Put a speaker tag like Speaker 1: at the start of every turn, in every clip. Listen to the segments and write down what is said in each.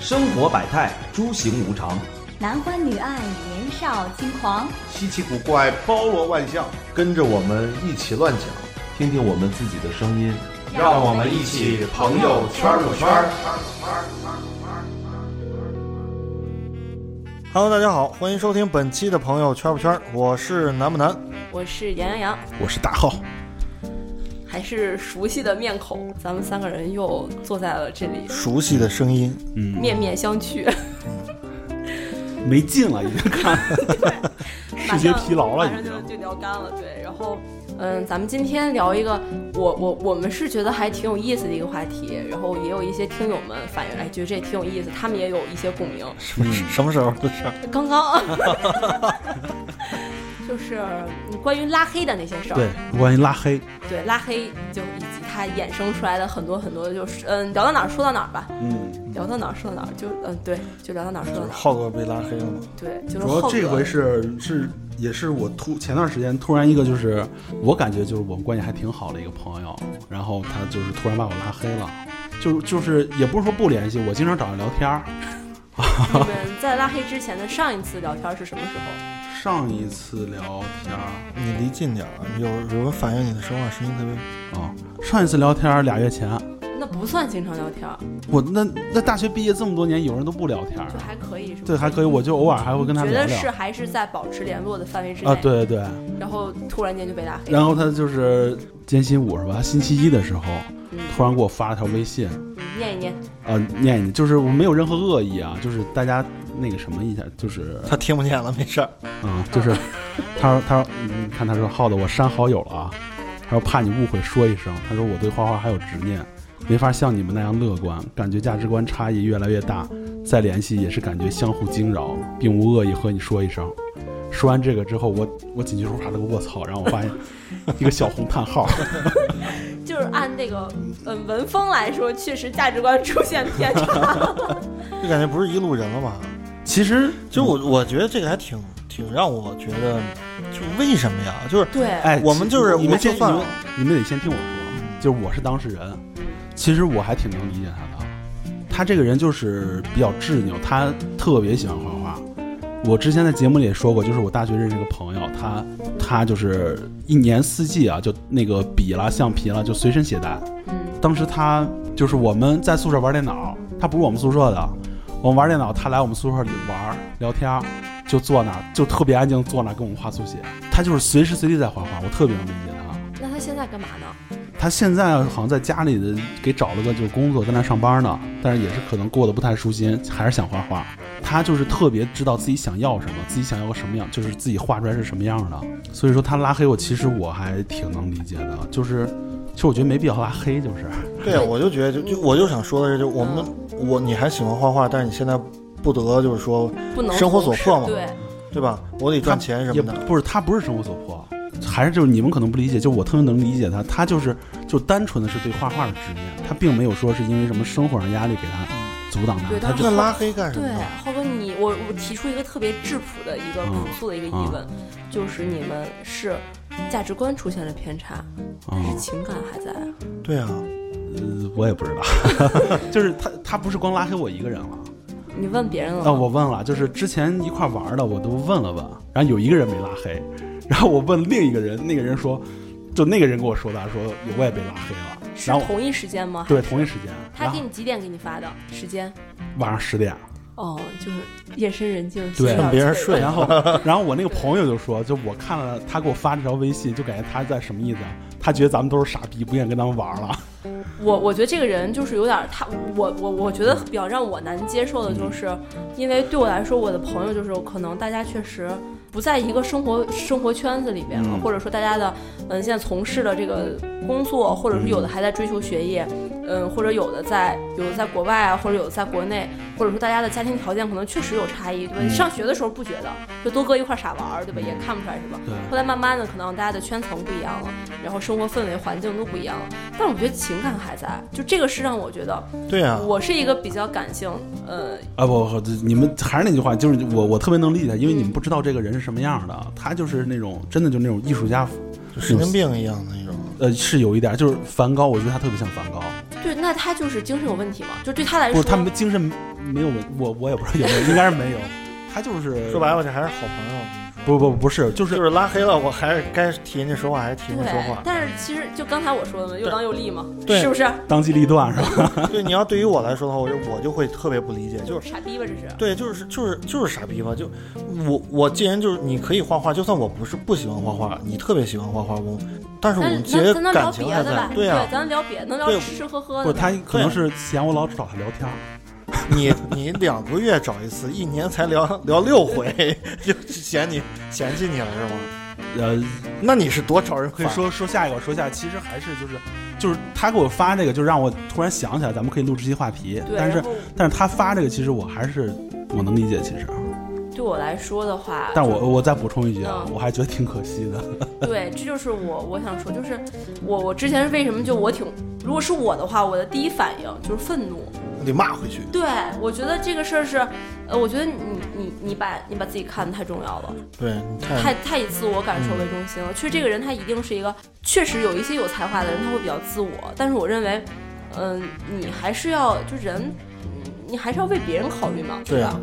Speaker 1: 生活百态，诸行无常，
Speaker 2: 男欢女爱，年少轻狂。
Speaker 3: 稀奇古怪，包罗万象，
Speaker 4: 跟着我们一起乱讲，
Speaker 5: 听听我们自己的声音，
Speaker 3: 让我们一起朋友圈儿圈儿。
Speaker 4: Hello，大家好，欢迎收听本期的朋友圈不圈儿，我是南不南。
Speaker 6: 我是杨洋洋，
Speaker 7: 我是大浩，
Speaker 6: 还是熟悉的面孔，咱们三个人又坐在了这里，
Speaker 4: 熟悉的声音，
Speaker 7: 嗯
Speaker 6: 面面相觑，
Speaker 7: 没劲了，已经看视
Speaker 6: 马
Speaker 7: 觉
Speaker 6: 上
Speaker 7: 疲劳了，
Speaker 6: 马
Speaker 7: 已
Speaker 6: 上就
Speaker 7: 经。
Speaker 6: 就聊干了。对，然后嗯，咱们今天聊一个，我我我们是觉得还挺有意思的一个话题，然后也有一些听友们反映，哎，觉得这也挺有意思，他们也有一些共鸣。
Speaker 4: 什么 什么时候的事儿？
Speaker 6: 刚刚，就是嗯关于拉黑的那些事儿，
Speaker 7: 对，关于拉黑，
Speaker 6: 对拉黑就以及它衍生出来的很多很多，就是嗯，聊到哪儿说到哪儿吧。
Speaker 7: 嗯，
Speaker 6: 聊到哪儿说到哪儿，就嗯对，就聊到哪儿说到哪儿，
Speaker 4: 浩哥被拉黑了吗？
Speaker 6: 对，就是
Speaker 7: 主要
Speaker 6: 后
Speaker 7: 这
Speaker 6: 者
Speaker 7: 回 是是也是我突前段时间突然一个就是我感觉就是我们关系还挺好的一个朋友，然后他就是突然把我拉黑了，就就是也不是说不联系，我经常找他聊天儿。
Speaker 6: 你们在拉黑之前的上一次聊天是什么时候？
Speaker 7: 上一次聊天儿
Speaker 4: 你离近点儿啊！有有人反映你的说话声音特别，
Speaker 7: 啊、上一次聊天儿俩月前，
Speaker 6: 那不算经常聊天，
Speaker 7: 我那那大学毕业这么多年，有人都不聊天儿啊
Speaker 6: 就，还可以是吧？
Speaker 7: 对，还可以，我就偶尔还会跟他
Speaker 6: 觉
Speaker 7: 聊
Speaker 6: 得是
Speaker 7: 聊。
Speaker 6: 还是在保持联络的范围之内
Speaker 7: 啊，，对对。
Speaker 6: 然后突然间就被拉黑，
Speaker 7: 然后他就是艰辛五是吧？星期一的时候，
Speaker 6: 嗯
Speaker 7: 突然给我发了条微信，
Speaker 6: 嗯念一念，
Speaker 7: 呃，念一念，就是我没有任何恶意啊，就是大家那个什么一下，就是
Speaker 4: 他听不见了，没事儿。
Speaker 7: 嗯，就是他说他说嗯，看他说耗子，我删好友了啊，他说怕你误会说一声，他说我对画画还有执念，没法像你们那样乐观，感觉价值观差异越来越大，再联系也是感觉相互惊扰，并无恶意和你说一声。说完这个之后，我我紧接着发了个卧槽，然后我发现一个小红叹号。
Speaker 6: 就是按那个嗯文风来说，确实价值观出现 偏差。
Speaker 4: 就感觉不是一路人了吧？
Speaker 7: 其实
Speaker 4: 就我我觉得这个还挺挺让我觉得，就为什么呀？就是
Speaker 6: 对，
Speaker 7: 哎，
Speaker 4: 我们就是
Speaker 7: 你
Speaker 4: 我嗯
Speaker 7: 们
Speaker 4: 就
Speaker 7: 先
Speaker 4: 算
Speaker 7: 你们你们得先听我说，就是我是当事人，其实我还挺能理解他的。他这个人就是比较执拗，他特别喜欢画画。我之前在节目里也说过，就是我大学认识一个朋友，他他就是一年四季啊，就那个笔啦、橡皮啦，就随身携带。
Speaker 6: 嗯，
Speaker 7: 当时他就是我们在宿舍玩电脑，他不是我们宿舍的，我们玩电脑，他来我们宿舍里玩聊天儿，就坐那儿就特别安静，坐那儿跟我们画速写。他就是随时随地在画画，我特别能理解他。啊
Speaker 6: 那他现在干嘛呢？
Speaker 7: 他现在好像在家里的给找了个就是工作，在那上班呢，但是也是可能过得不太舒心，还是想画画。他就是特别知道自己想要什么，自己想要个什么样，就是自己画出来是什么样的。所以说他拉黑我，其实我还挺能理解的，就是其实我觉得没必要拉黑，就是。
Speaker 4: 对啊，我就觉得就就我就想说的是，就我们我你还喜欢画画，但是你现在不得就是说
Speaker 6: 不能
Speaker 4: 生活所迫嘛
Speaker 6: 同时对，
Speaker 4: 对吧？我得赚钱什
Speaker 7: 也
Speaker 4: 么的。
Speaker 7: 不是他不是生活所迫，还是就是你们可能不理解，就我特别能理解他，他就是就单纯的是对画画的执念，他并没有说是因为什么生活上压力给他阻挡他
Speaker 6: 对，
Speaker 7: 他
Speaker 6: 但是
Speaker 4: 那拉黑干什么
Speaker 6: 对
Speaker 4: 呢？，
Speaker 6: 浩哥你，我我提出一个特别质朴的一个
Speaker 7: 嗯
Speaker 6: 朴素的一个疑问，就是你们是价值观出现了偏差，还是
Speaker 7: 嗯，
Speaker 6: 情感还在？
Speaker 4: 对啊，
Speaker 7: 呃我也不知道， 就是他他不是光拉黑我一个人 了，
Speaker 6: 你问别人了
Speaker 7: 啊、
Speaker 6: 吗？
Speaker 7: 我问了，就是之前一块玩的我都问了问，然后有一个人没拉黑， 然后我问另一个人，那个人说，就那个人跟我说的，说我也被拉黑了，
Speaker 6: 是
Speaker 7: 然后
Speaker 6: 同一时间吗？
Speaker 7: 对同一时间，
Speaker 6: 他
Speaker 7: 然
Speaker 6: 给
Speaker 7: 后
Speaker 6: 你几点给你发的时间？
Speaker 7: 晚上十点。
Speaker 6: 哦，就是夜深人静，
Speaker 7: 对
Speaker 6: 心有点
Speaker 4: 趁别人
Speaker 6: 脆
Speaker 4: 睡
Speaker 6: 弱
Speaker 7: 然后，然后我那个朋友就说，就我看了他给我发这条微信，就感觉他在什么意思啊？他觉得咱们都是傻逼，不愿意跟他们玩了。
Speaker 6: 我我觉得这个人就是有点儿他，我我我觉得比较让我难接受的就是，因为对我来说，我的朋友就是可能大家确实不在一个生活生活圈子里边了，
Speaker 7: 嗯
Speaker 6: 或者说大家的嗯现在从事的这个工作，或者是有的还在追求学业，嗯，或者有的在有的在国外啊，或者有的在国内，或者说大家的家庭条件可能确实有差异，对吧？你上学的时候不觉得，就都搁一块儿傻玩儿，对吧？也看不出来什么。
Speaker 7: 对
Speaker 6: 后来慢慢的，可能大家的圈层不一样了，然后生活氛围、环境都不一样了，但我觉得情感还在，就这个是让我觉得，
Speaker 4: 对啊，
Speaker 6: 我是一个比较感性，呃，
Speaker 7: 啊不不，你们还是那句话，就是我我特别能理解，因为你们不啊知道这个人是什么样的，他就是那种真的就那种艺术家，
Speaker 4: 就神经病一样的那种。
Speaker 7: 呃，是有一点，就是梵高，我觉得他特别像梵高，
Speaker 6: 对，那他就是精神有问题嘛？就对他来
Speaker 7: 不
Speaker 6: 哎说，
Speaker 7: 是他们精神没有问，我我也不知道有没有，应该是没有。他就是
Speaker 4: 说白了，我这还是好朋友，
Speaker 7: 不不不是，就是
Speaker 4: 就是拉黑了，我还是该提人家说话还是提人家说
Speaker 6: 对
Speaker 4: 话，。
Speaker 6: 但是其实就刚才我说的嘛，又当又立嘛，
Speaker 4: 对
Speaker 6: 是不是？
Speaker 7: 当机立断是吧？
Speaker 4: 对，你要对于我来说的话，我就我就会特别不理解，就是
Speaker 6: 傻逼吧，这是。
Speaker 4: 对，就是就是就是傻逼嘛！就我我既然就是你可以画画，就算我不是不喜欢画画，你特别喜欢画画，我但是我
Speaker 6: 咱
Speaker 4: 们觉
Speaker 6: 咱咱
Speaker 4: 得
Speaker 6: 能聊
Speaker 4: 感
Speaker 6: 别
Speaker 4: 情还
Speaker 6: 的吧
Speaker 4: 在，，
Speaker 6: 对，
Speaker 4: 啊，
Speaker 6: 咱聊别的，能聊
Speaker 4: 对
Speaker 6: 吃吃喝喝
Speaker 7: 不，
Speaker 6: 的
Speaker 7: 他
Speaker 6: 吧。
Speaker 7: 可能是嫌我老找他聊天儿，
Speaker 4: 你你两个月找一次，一年才聊聊六回， 就嫌你嫌弃你了是吗？
Speaker 7: 呃，
Speaker 4: 那你是多少人
Speaker 7: 可以说说下一个，说下，其实还是就是就是他给我发这个，就让我突然想起来，咱们可以录这期话题。
Speaker 6: 对，
Speaker 7: 但
Speaker 6: 然
Speaker 7: 是
Speaker 6: 后
Speaker 7: 但是他发这个，其实我还是我能理解，其实。啊
Speaker 6: 对我来说的 话，
Speaker 7: 但
Speaker 6: 就
Speaker 7: 我我再补充一句啊，
Speaker 6: 嗯
Speaker 7: 我还觉得挺可惜的。
Speaker 6: 对，这就是我我想说，就是我我之前为什么就我挺，如果是我的话，我的第一反应就是愤怒。
Speaker 4: 那得骂回去。
Speaker 6: 对我觉得这个事儿是，呃，我觉得你你你把你把自己看得太重要了，
Speaker 4: 对你太
Speaker 6: 太太以自我感受
Speaker 4: 嗯
Speaker 6: 为中心了。其实这个人他一定是一个，确实有一些有才华的人他会比较自我，但是我认为，嗯、你还是要就人，嗯你还是要为别人考虑嘛，
Speaker 4: 对
Speaker 6: 吧
Speaker 4: 啊？，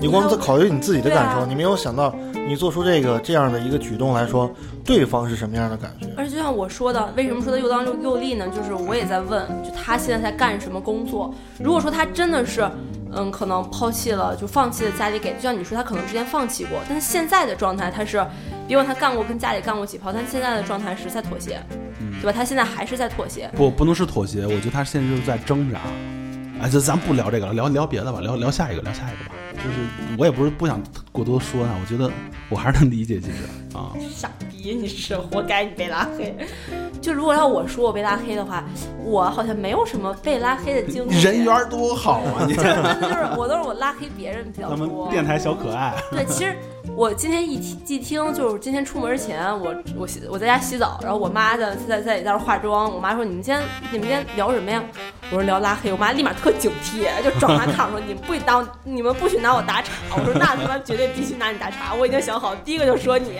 Speaker 4: 你光在考虑你自己的感
Speaker 6: 对
Speaker 4: 受，
Speaker 6: 啊
Speaker 4: 你没有想到你做出这个这样的一个举动来说，对方是什么样的感觉。
Speaker 6: 而且就像我说的，为什么说他又当又又立呢？就是我也在问，就他现在在干什么工作？如果说他真的是，嗯，可能抛弃了，就放弃了家里给，就像你说，他可能之前放弃过，但是现在的状态他是，别管他干过跟家里干过几炮，但现在的状态是在妥协，
Speaker 7: 嗯
Speaker 6: 对吧？他现在还是在妥协。
Speaker 7: 不，不能是妥协，我觉得他现在就是在挣扎。哎，这咱不聊这个了，聊聊别的吧，聊聊下一个，聊下一个吧。就是我也不是不想过多说啊呢，我觉得我还是能理解，其实啊，
Speaker 6: 傻逼，你是活该，你被拉黑。就如果让我说我被拉黑的话，我好像没有什么被拉黑的经历。
Speaker 7: 人缘儿多好 啊！你
Speaker 6: 真的就是我都是我拉黑别人比较
Speaker 7: 咱
Speaker 6: 多。
Speaker 7: 们电台小可爱，
Speaker 6: 对，其实我今天一听一听，就是今天出门前，我我洗我在家洗澡，然后我妈在在在在那儿化妆，我妈说你们今天你们今天聊什么呀？我说聊拉黑，我妈立马特警惕，就转马炕说你们不许当你们不许拿我打岔，我说那他妈绝对必须拿你打岔，我已经想好，第一个就说你。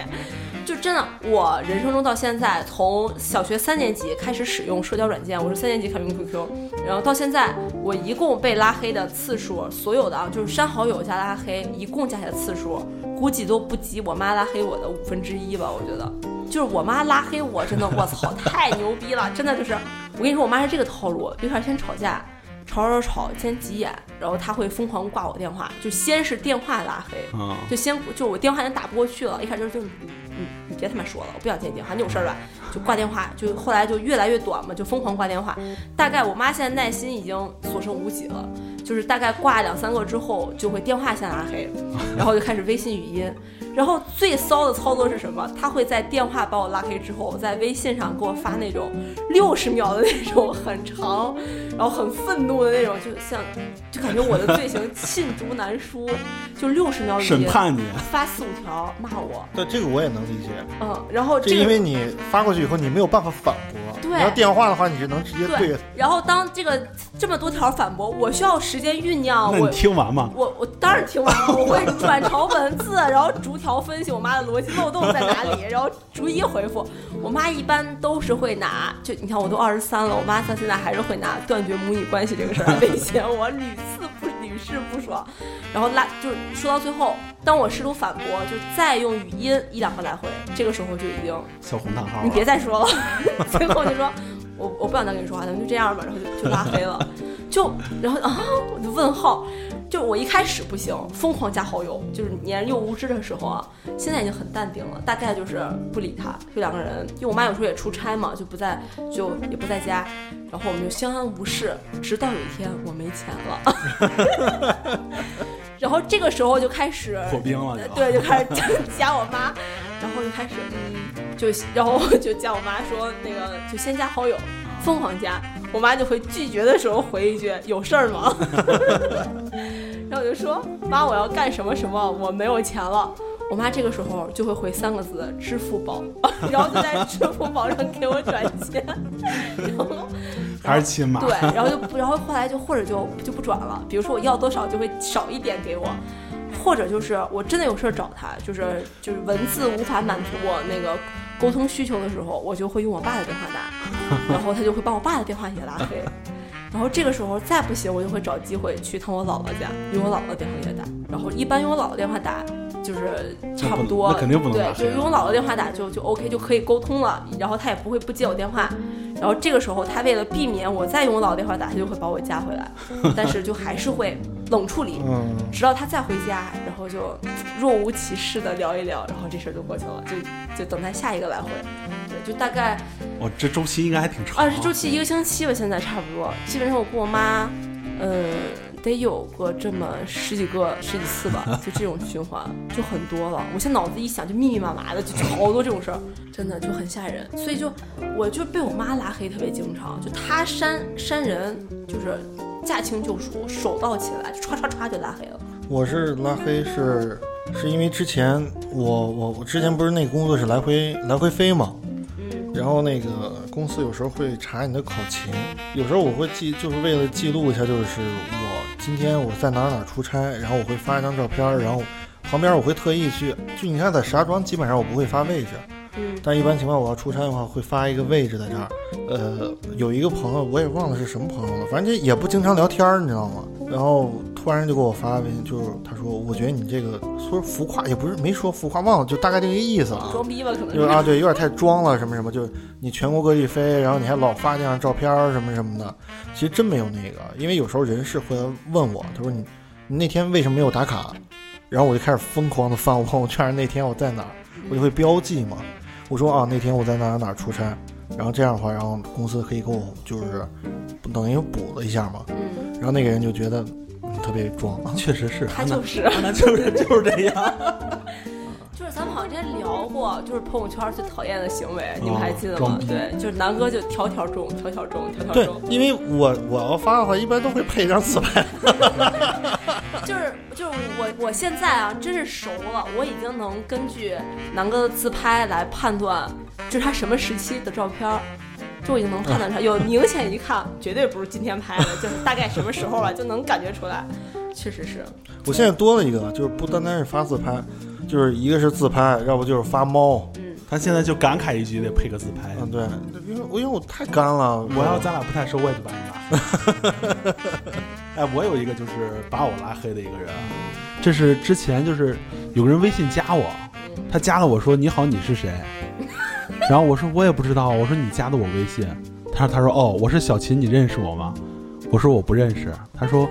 Speaker 6: 就真的，我人生中到现在，从小学三年级开始使用社交软件，我是三年级开始用 QQ，然后到现在，我一共被拉黑的次数，所有的啊，就是删好友加拉黑，一共加起来次数，估计都不及我妈拉黑我的五分之一吧。我觉得，就是我妈拉黑我，真的，我操，太牛逼了，真的就是，我跟你说，我妈是这个套路，有点先吵架，吵吵吵，先急眼，然后她会疯狂挂我电话，就先是电话拉黑，
Speaker 7: 嗯，
Speaker 6: 就先就我电话已经打不过去了，一开始就就你你你别他妈说了，我不想接你电话，你有事儿吧？就挂电话，就后来就越来越短嘛，就疯狂挂电话。大概我妈现在耐心已经所剩无几了，就是大概挂两三个之后，就会电话先拉黑，然后就开始微信语音。然后最骚的操作是什么？她会在电话把我拉黑之后，在微信上给我发那种六十秒的那种很长，然后很愤怒的那种，就像就感觉我的罪行罄竹难书，就六十秒语音
Speaker 7: 啊审判你，
Speaker 6: 发四五条骂我，
Speaker 4: 对，这个我也能理解。
Speaker 6: 嗯，然后
Speaker 4: 这
Speaker 6: 这
Speaker 4: 因
Speaker 6: 个
Speaker 4: 为你发过去以后，你没有办法反驳。
Speaker 6: 对
Speaker 4: 你要电话的话，你是能直接对
Speaker 6: 对，然后当这个这么多条反驳，我需要时间酝酿，
Speaker 7: 那你
Speaker 6: 我
Speaker 7: 听完吗？
Speaker 6: 我我当然听完了，我会转潮文字，然后逐条分析我妈的逻辑漏洞在哪里，然后逐一回复。我妈一般都是会拿，就你看我都二十三了，我妈到现在还是会拿断绝母女关系这个事儿来威胁我，屡次不屡试不爽。然后拉就是说到最后，当我试图反驳，就再用语音一两个来回，这个时候就已经
Speaker 7: 小红大号啊，
Speaker 6: 你别再说了。 最后就说，我我不想再跟你说话，咱们就这样吧，然后就就拉黑了。就然后啊，我就问号，就我一开始不行，疯狂加好友，就是年幼无知的时候啊，现在已经很淡定了，大概就是不理他，就两个人，因为我妈有时候也出差嘛，就不在，就也不在家，然后我们就相安无事，直到有一天我没钱了。 然后这个时候就开始呃
Speaker 7: 破冰了就，
Speaker 6: 对，就开始加加我妈，然后就开始嗯，就然后我就加我妈说那个就先加好友，疯狂加，我妈就会拒绝的时候回一句有事儿吗？然后我就说妈我要干什么什么，我没有钱了。我妈这个时候就会回三个字：支付宝， 然后就在支付宝上给我转钱，然后
Speaker 7: 还是亲妈，
Speaker 6: 对，然后就不然后后来就或者就就不转了，比如说我要多少就会少一点给我，或者就是我真的有事儿找他，就是就是文字无法满足我那个沟通需求的时候，我就会用我爸的电话打，然后他就会把我爸的电话也拉 黑。然后这个时候再不行，我就会找机会去趟我姥姥家，用我姥姥电话给他打。然后一般用我姥姥电话打就是差不多了，
Speaker 7: 那肯定不能
Speaker 6: 对
Speaker 7: 拉，黑
Speaker 6: 就用我姥姥电话打就就 OK 就可以沟通了。然后他也不会不接我电话。然后这个时候他为了避免我再用我姥姥电话打，他就会把我加 回来，但是就还是会冷处理。
Speaker 4: 嗯，
Speaker 6: 直到他再回家，然后就若无其事的聊一聊，然后这事儿就过去了，就就等待下一个来回。对，就大概
Speaker 7: 哦，这周期应该还挺长。
Speaker 6: 啊，这周期一个星期吧，现在差不多。基本上我跟我妈，呃，得有个这么十几个、十几 次吧，就这种循环就很多了。我现在脑子一想就密密麻麻的，就好多这种事儿，真的就很吓人。所以就我就被我妈拉黑特别经常，就她删删人就是驾轻就熟，手到擒来，就歘歘歘就拉黑了。
Speaker 4: 我是拉黑是是因为之前我我我之前不是那个工作是来回来回飞嘛，
Speaker 6: 嗯
Speaker 4: 然后那个公司有时候会查你的考勤，有时候我会记，就是为了记录一下，就是我今天我在哪儿哪儿出差，然后我会发一张照片儿，然后旁边我会特意去，就你看在石家庄基本上我不会发位置，
Speaker 6: 嗯
Speaker 4: 但一般情况我要出差的话会发一个位置在这儿。呃，有一个朋友我也忘了是什么朋友了，反正这也不经常聊天儿，你知道吗？然后突然就给我发微信，就是他说我觉得你这个说浮夸也不是没说浮夸，忘了就大概这个意思啊。
Speaker 6: 装逼吧，可能。
Speaker 4: 就是是啊，对，有点太装了，什么什么，就是你全国各地飞，然后你还老发这样照片儿什么什么的，其实真没有那个，因为有时候人事会问我，他说你你那天为什么没有打卡？然后我就开始疯狂的翻我朋友圈，那天我在哪儿，我就会标记嘛。我说啊，那天我在哪儿哪儿出差，然后这样的话，然后公司可以给我就是等于补了一下嘛。
Speaker 6: 嗯，
Speaker 4: 然后那个人就觉得你特别装，
Speaker 7: 啊确实是，
Speaker 6: 他就是。
Speaker 7: 那就是就是这样。
Speaker 6: 就是咱们好像之前聊过，就是朋友圈最讨厌的行为，你们还记得吗
Speaker 7: 哦装？逼
Speaker 6: 对，就是南哥就条条中，条条中，条条
Speaker 4: 对
Speaker 6: 中，，
Speaker 4: 因为我我要发的话，一般都会配一张自拍。
Speaker 6: 就是就是我我现在啊，真是熟了，我已经能根据南哥的自拍来判断，就是他什么时期的照片儿。就已经能判断出 来，有明显一看，绝对不是今天拍的，就是大概什么时候了，就能感觉出来。确实是，
Speaker 4: 我现在多了一个，啊就是不单单是发自拍，就是一个是自拍，要不就是发猫。
Speaker 6: 嗯，
Speaker 7: 他现在就感慨一句，得配个自拍。
Speaker 4: 嗯，对，因为我因为我太干了，
Speaker 7: 我要咱俩不太熟，我也就把你拉黑。哎，我有一个就是把我拉黑的一个人，啊这是之前就是有个人微信加我，他加了我说你好，你是谁？ 然后我说我也不知道，啊我说你加的我微信，他他说哦，我是小秦，你认识我吗？我说我不认识，他说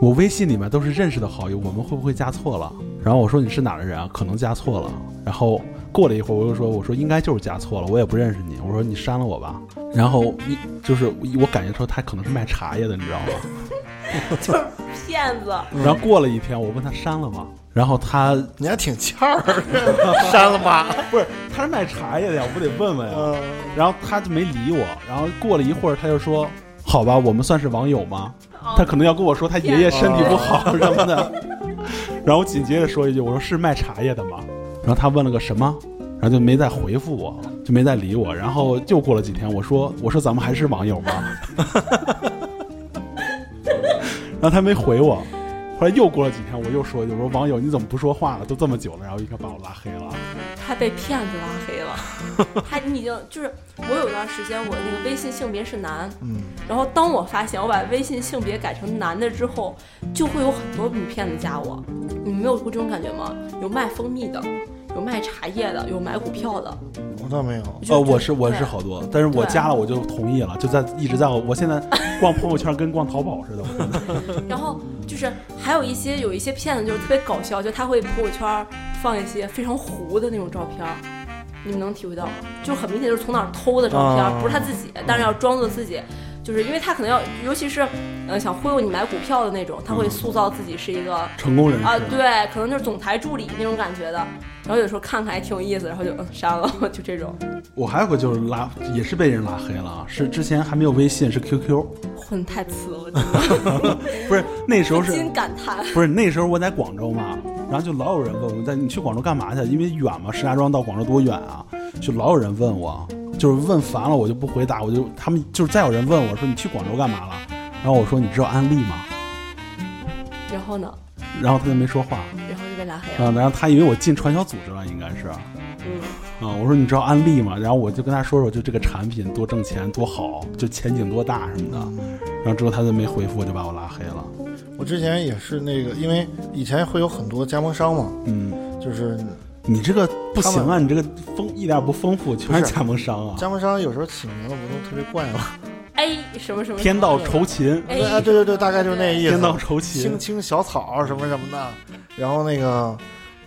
Speaker 7: 我微信里面都是认识的好友，我们会不会加错了？然后我说你是哪儿的人啊？可能加错了。然后过了一会儿，我又说我说应该就是加错了，我也不认识你，我说你删了我吧。然后一就是我感觉说他可能是卖茶叶的，你知道 吗？
Speaker 6: 就是骗子。
Speaker 7: 然后过了一天，我问他删了吗？然后他
Speaker 4: 你还挺欠儿，删了吧？
Speaker 7: 啊
Speaker 4: 嗯
Speaker 7: 不是他是卖茶叶的呀，我不得问问呀。然后他就没理我。然后过了一会儿，他就说：“好吧，我们算是网友吗？”他可能要跟我说他爷爷身体不好什么的。然后我紧接着说一句：“我说是卖茶叶的吗？”然后他问了个什么，然后就没再回复我，就没再理我。然后又过了几天，我说：“我说咱们还是网友吗？” 然后他没回我。后来又过了几天，我又说一句：“我说网友，你怎么不说话了？都这么久了，然后一个把我拉黑了。
Speaker 6: 他被骗子拉黑了，他你已经就是我有段时间我那个微信性别是男，
Speaker 4: 嗯，
Speaker 6: 然后当我发现我把微信性别改成男的之后，就会有很多女骗子加我，你们没有过这种感觉吗？有卖蜂蜜的，有卖茶叶的，有买股票的，
Speaker 4: 我倒没有。
Speaker 6: 就
Speaker 7: 呃，我是我是
Speaker 6: 对
Speaker 7: 好多，但是我
Speaker 6: 对
Speaker 7: 加了我就同意了，就在一直在我我现 在逛朋友圈跟逛淘宝似的，我真的
Speaker 6: 然后就是还有一些有一些骗子就是特别搞笑，就他会朋友圈儿放一些非常糊的那种照片儿，你们能体会到吗？就很明显就是从哪儿偷的照片儿，
Speaker 7: 哦
Speaker 4: 啊
Speaker 6: 不是他自己，但是要装作自己，就是因为他可能要，尤其是呃想忽悠你买股票的那种，他会
Speaker 7: 嗯
Speaker 6: 塑造自己是一个。
Speaker 7: 成功人士。
Speaker 6: 啊，对，可能就是总裁助理那种感觉的，然后有时候看看还挺有意思，然后就嗯删了， 就这种
Speaker 7: 我还有个就是拉，也是被人拉黑了，啊，是之前还没有微信，是 QQ，
Speaker 6: 混太次了，真的
Speaker 7: 不是那时候
Speaker 6: 不
Speaker 7: 是
Speaker 6: 禁感叹。
Speaker 7: 不是那时候我在广州嘛，然后就老有人问我，在你去广州干嘛去？因为远嘛，石家庄到广州多远啊？就老有人问我，就是问烦了我就不回答，我就他们就是再有人问我说你去广州干嘛了？然后我说你知道安利吗？
Speaker 6: 然后呢？
Speaker 7: 然后他就没说话
Speaker 6: 然后就被拉黑了。
Speaker 7: 啊，然后他以为我进传销组织了，应该是。
Speaker 6: 嗯，
Speaker 7: 啊、我说你知道安利吗？然后我就跟他说说，就这个产品多挣钱多好，就前景多大什么的。
Speaker 6: 嗯
Speaker 7: 然后之后他就没回复，就把我拉黑了。
Speaker 4: 我之前也是那个，因为以前会有很多加盟商嘛，
Speaker 7: 嗯，
Speaker 4: 就是
Speaker 7: 你这个不
Speaker 4: 他
Speaker 7: 行
Speaker 4: 们
Speaker 7: 啊，你这个丰一点不丰富，全
Speaker 4: 不
Speaker 7: 是
Speaker 4: 是
Speaker 7: 加盟商啊，
Speaker 4: 加盟商有时候起名字不都特别怪吗？
Speaker 6: 哎，什么什么
Speaker 7: 天道酬勤，
Speaker 6: 哎
Speaker 4: 对啊，对对对，大概就是那意思。
Speaker 7: 天道酬
Speaker 4: 青
Speaker 7: 勤，
Speaker 4: 青小草什么什么的，然后那个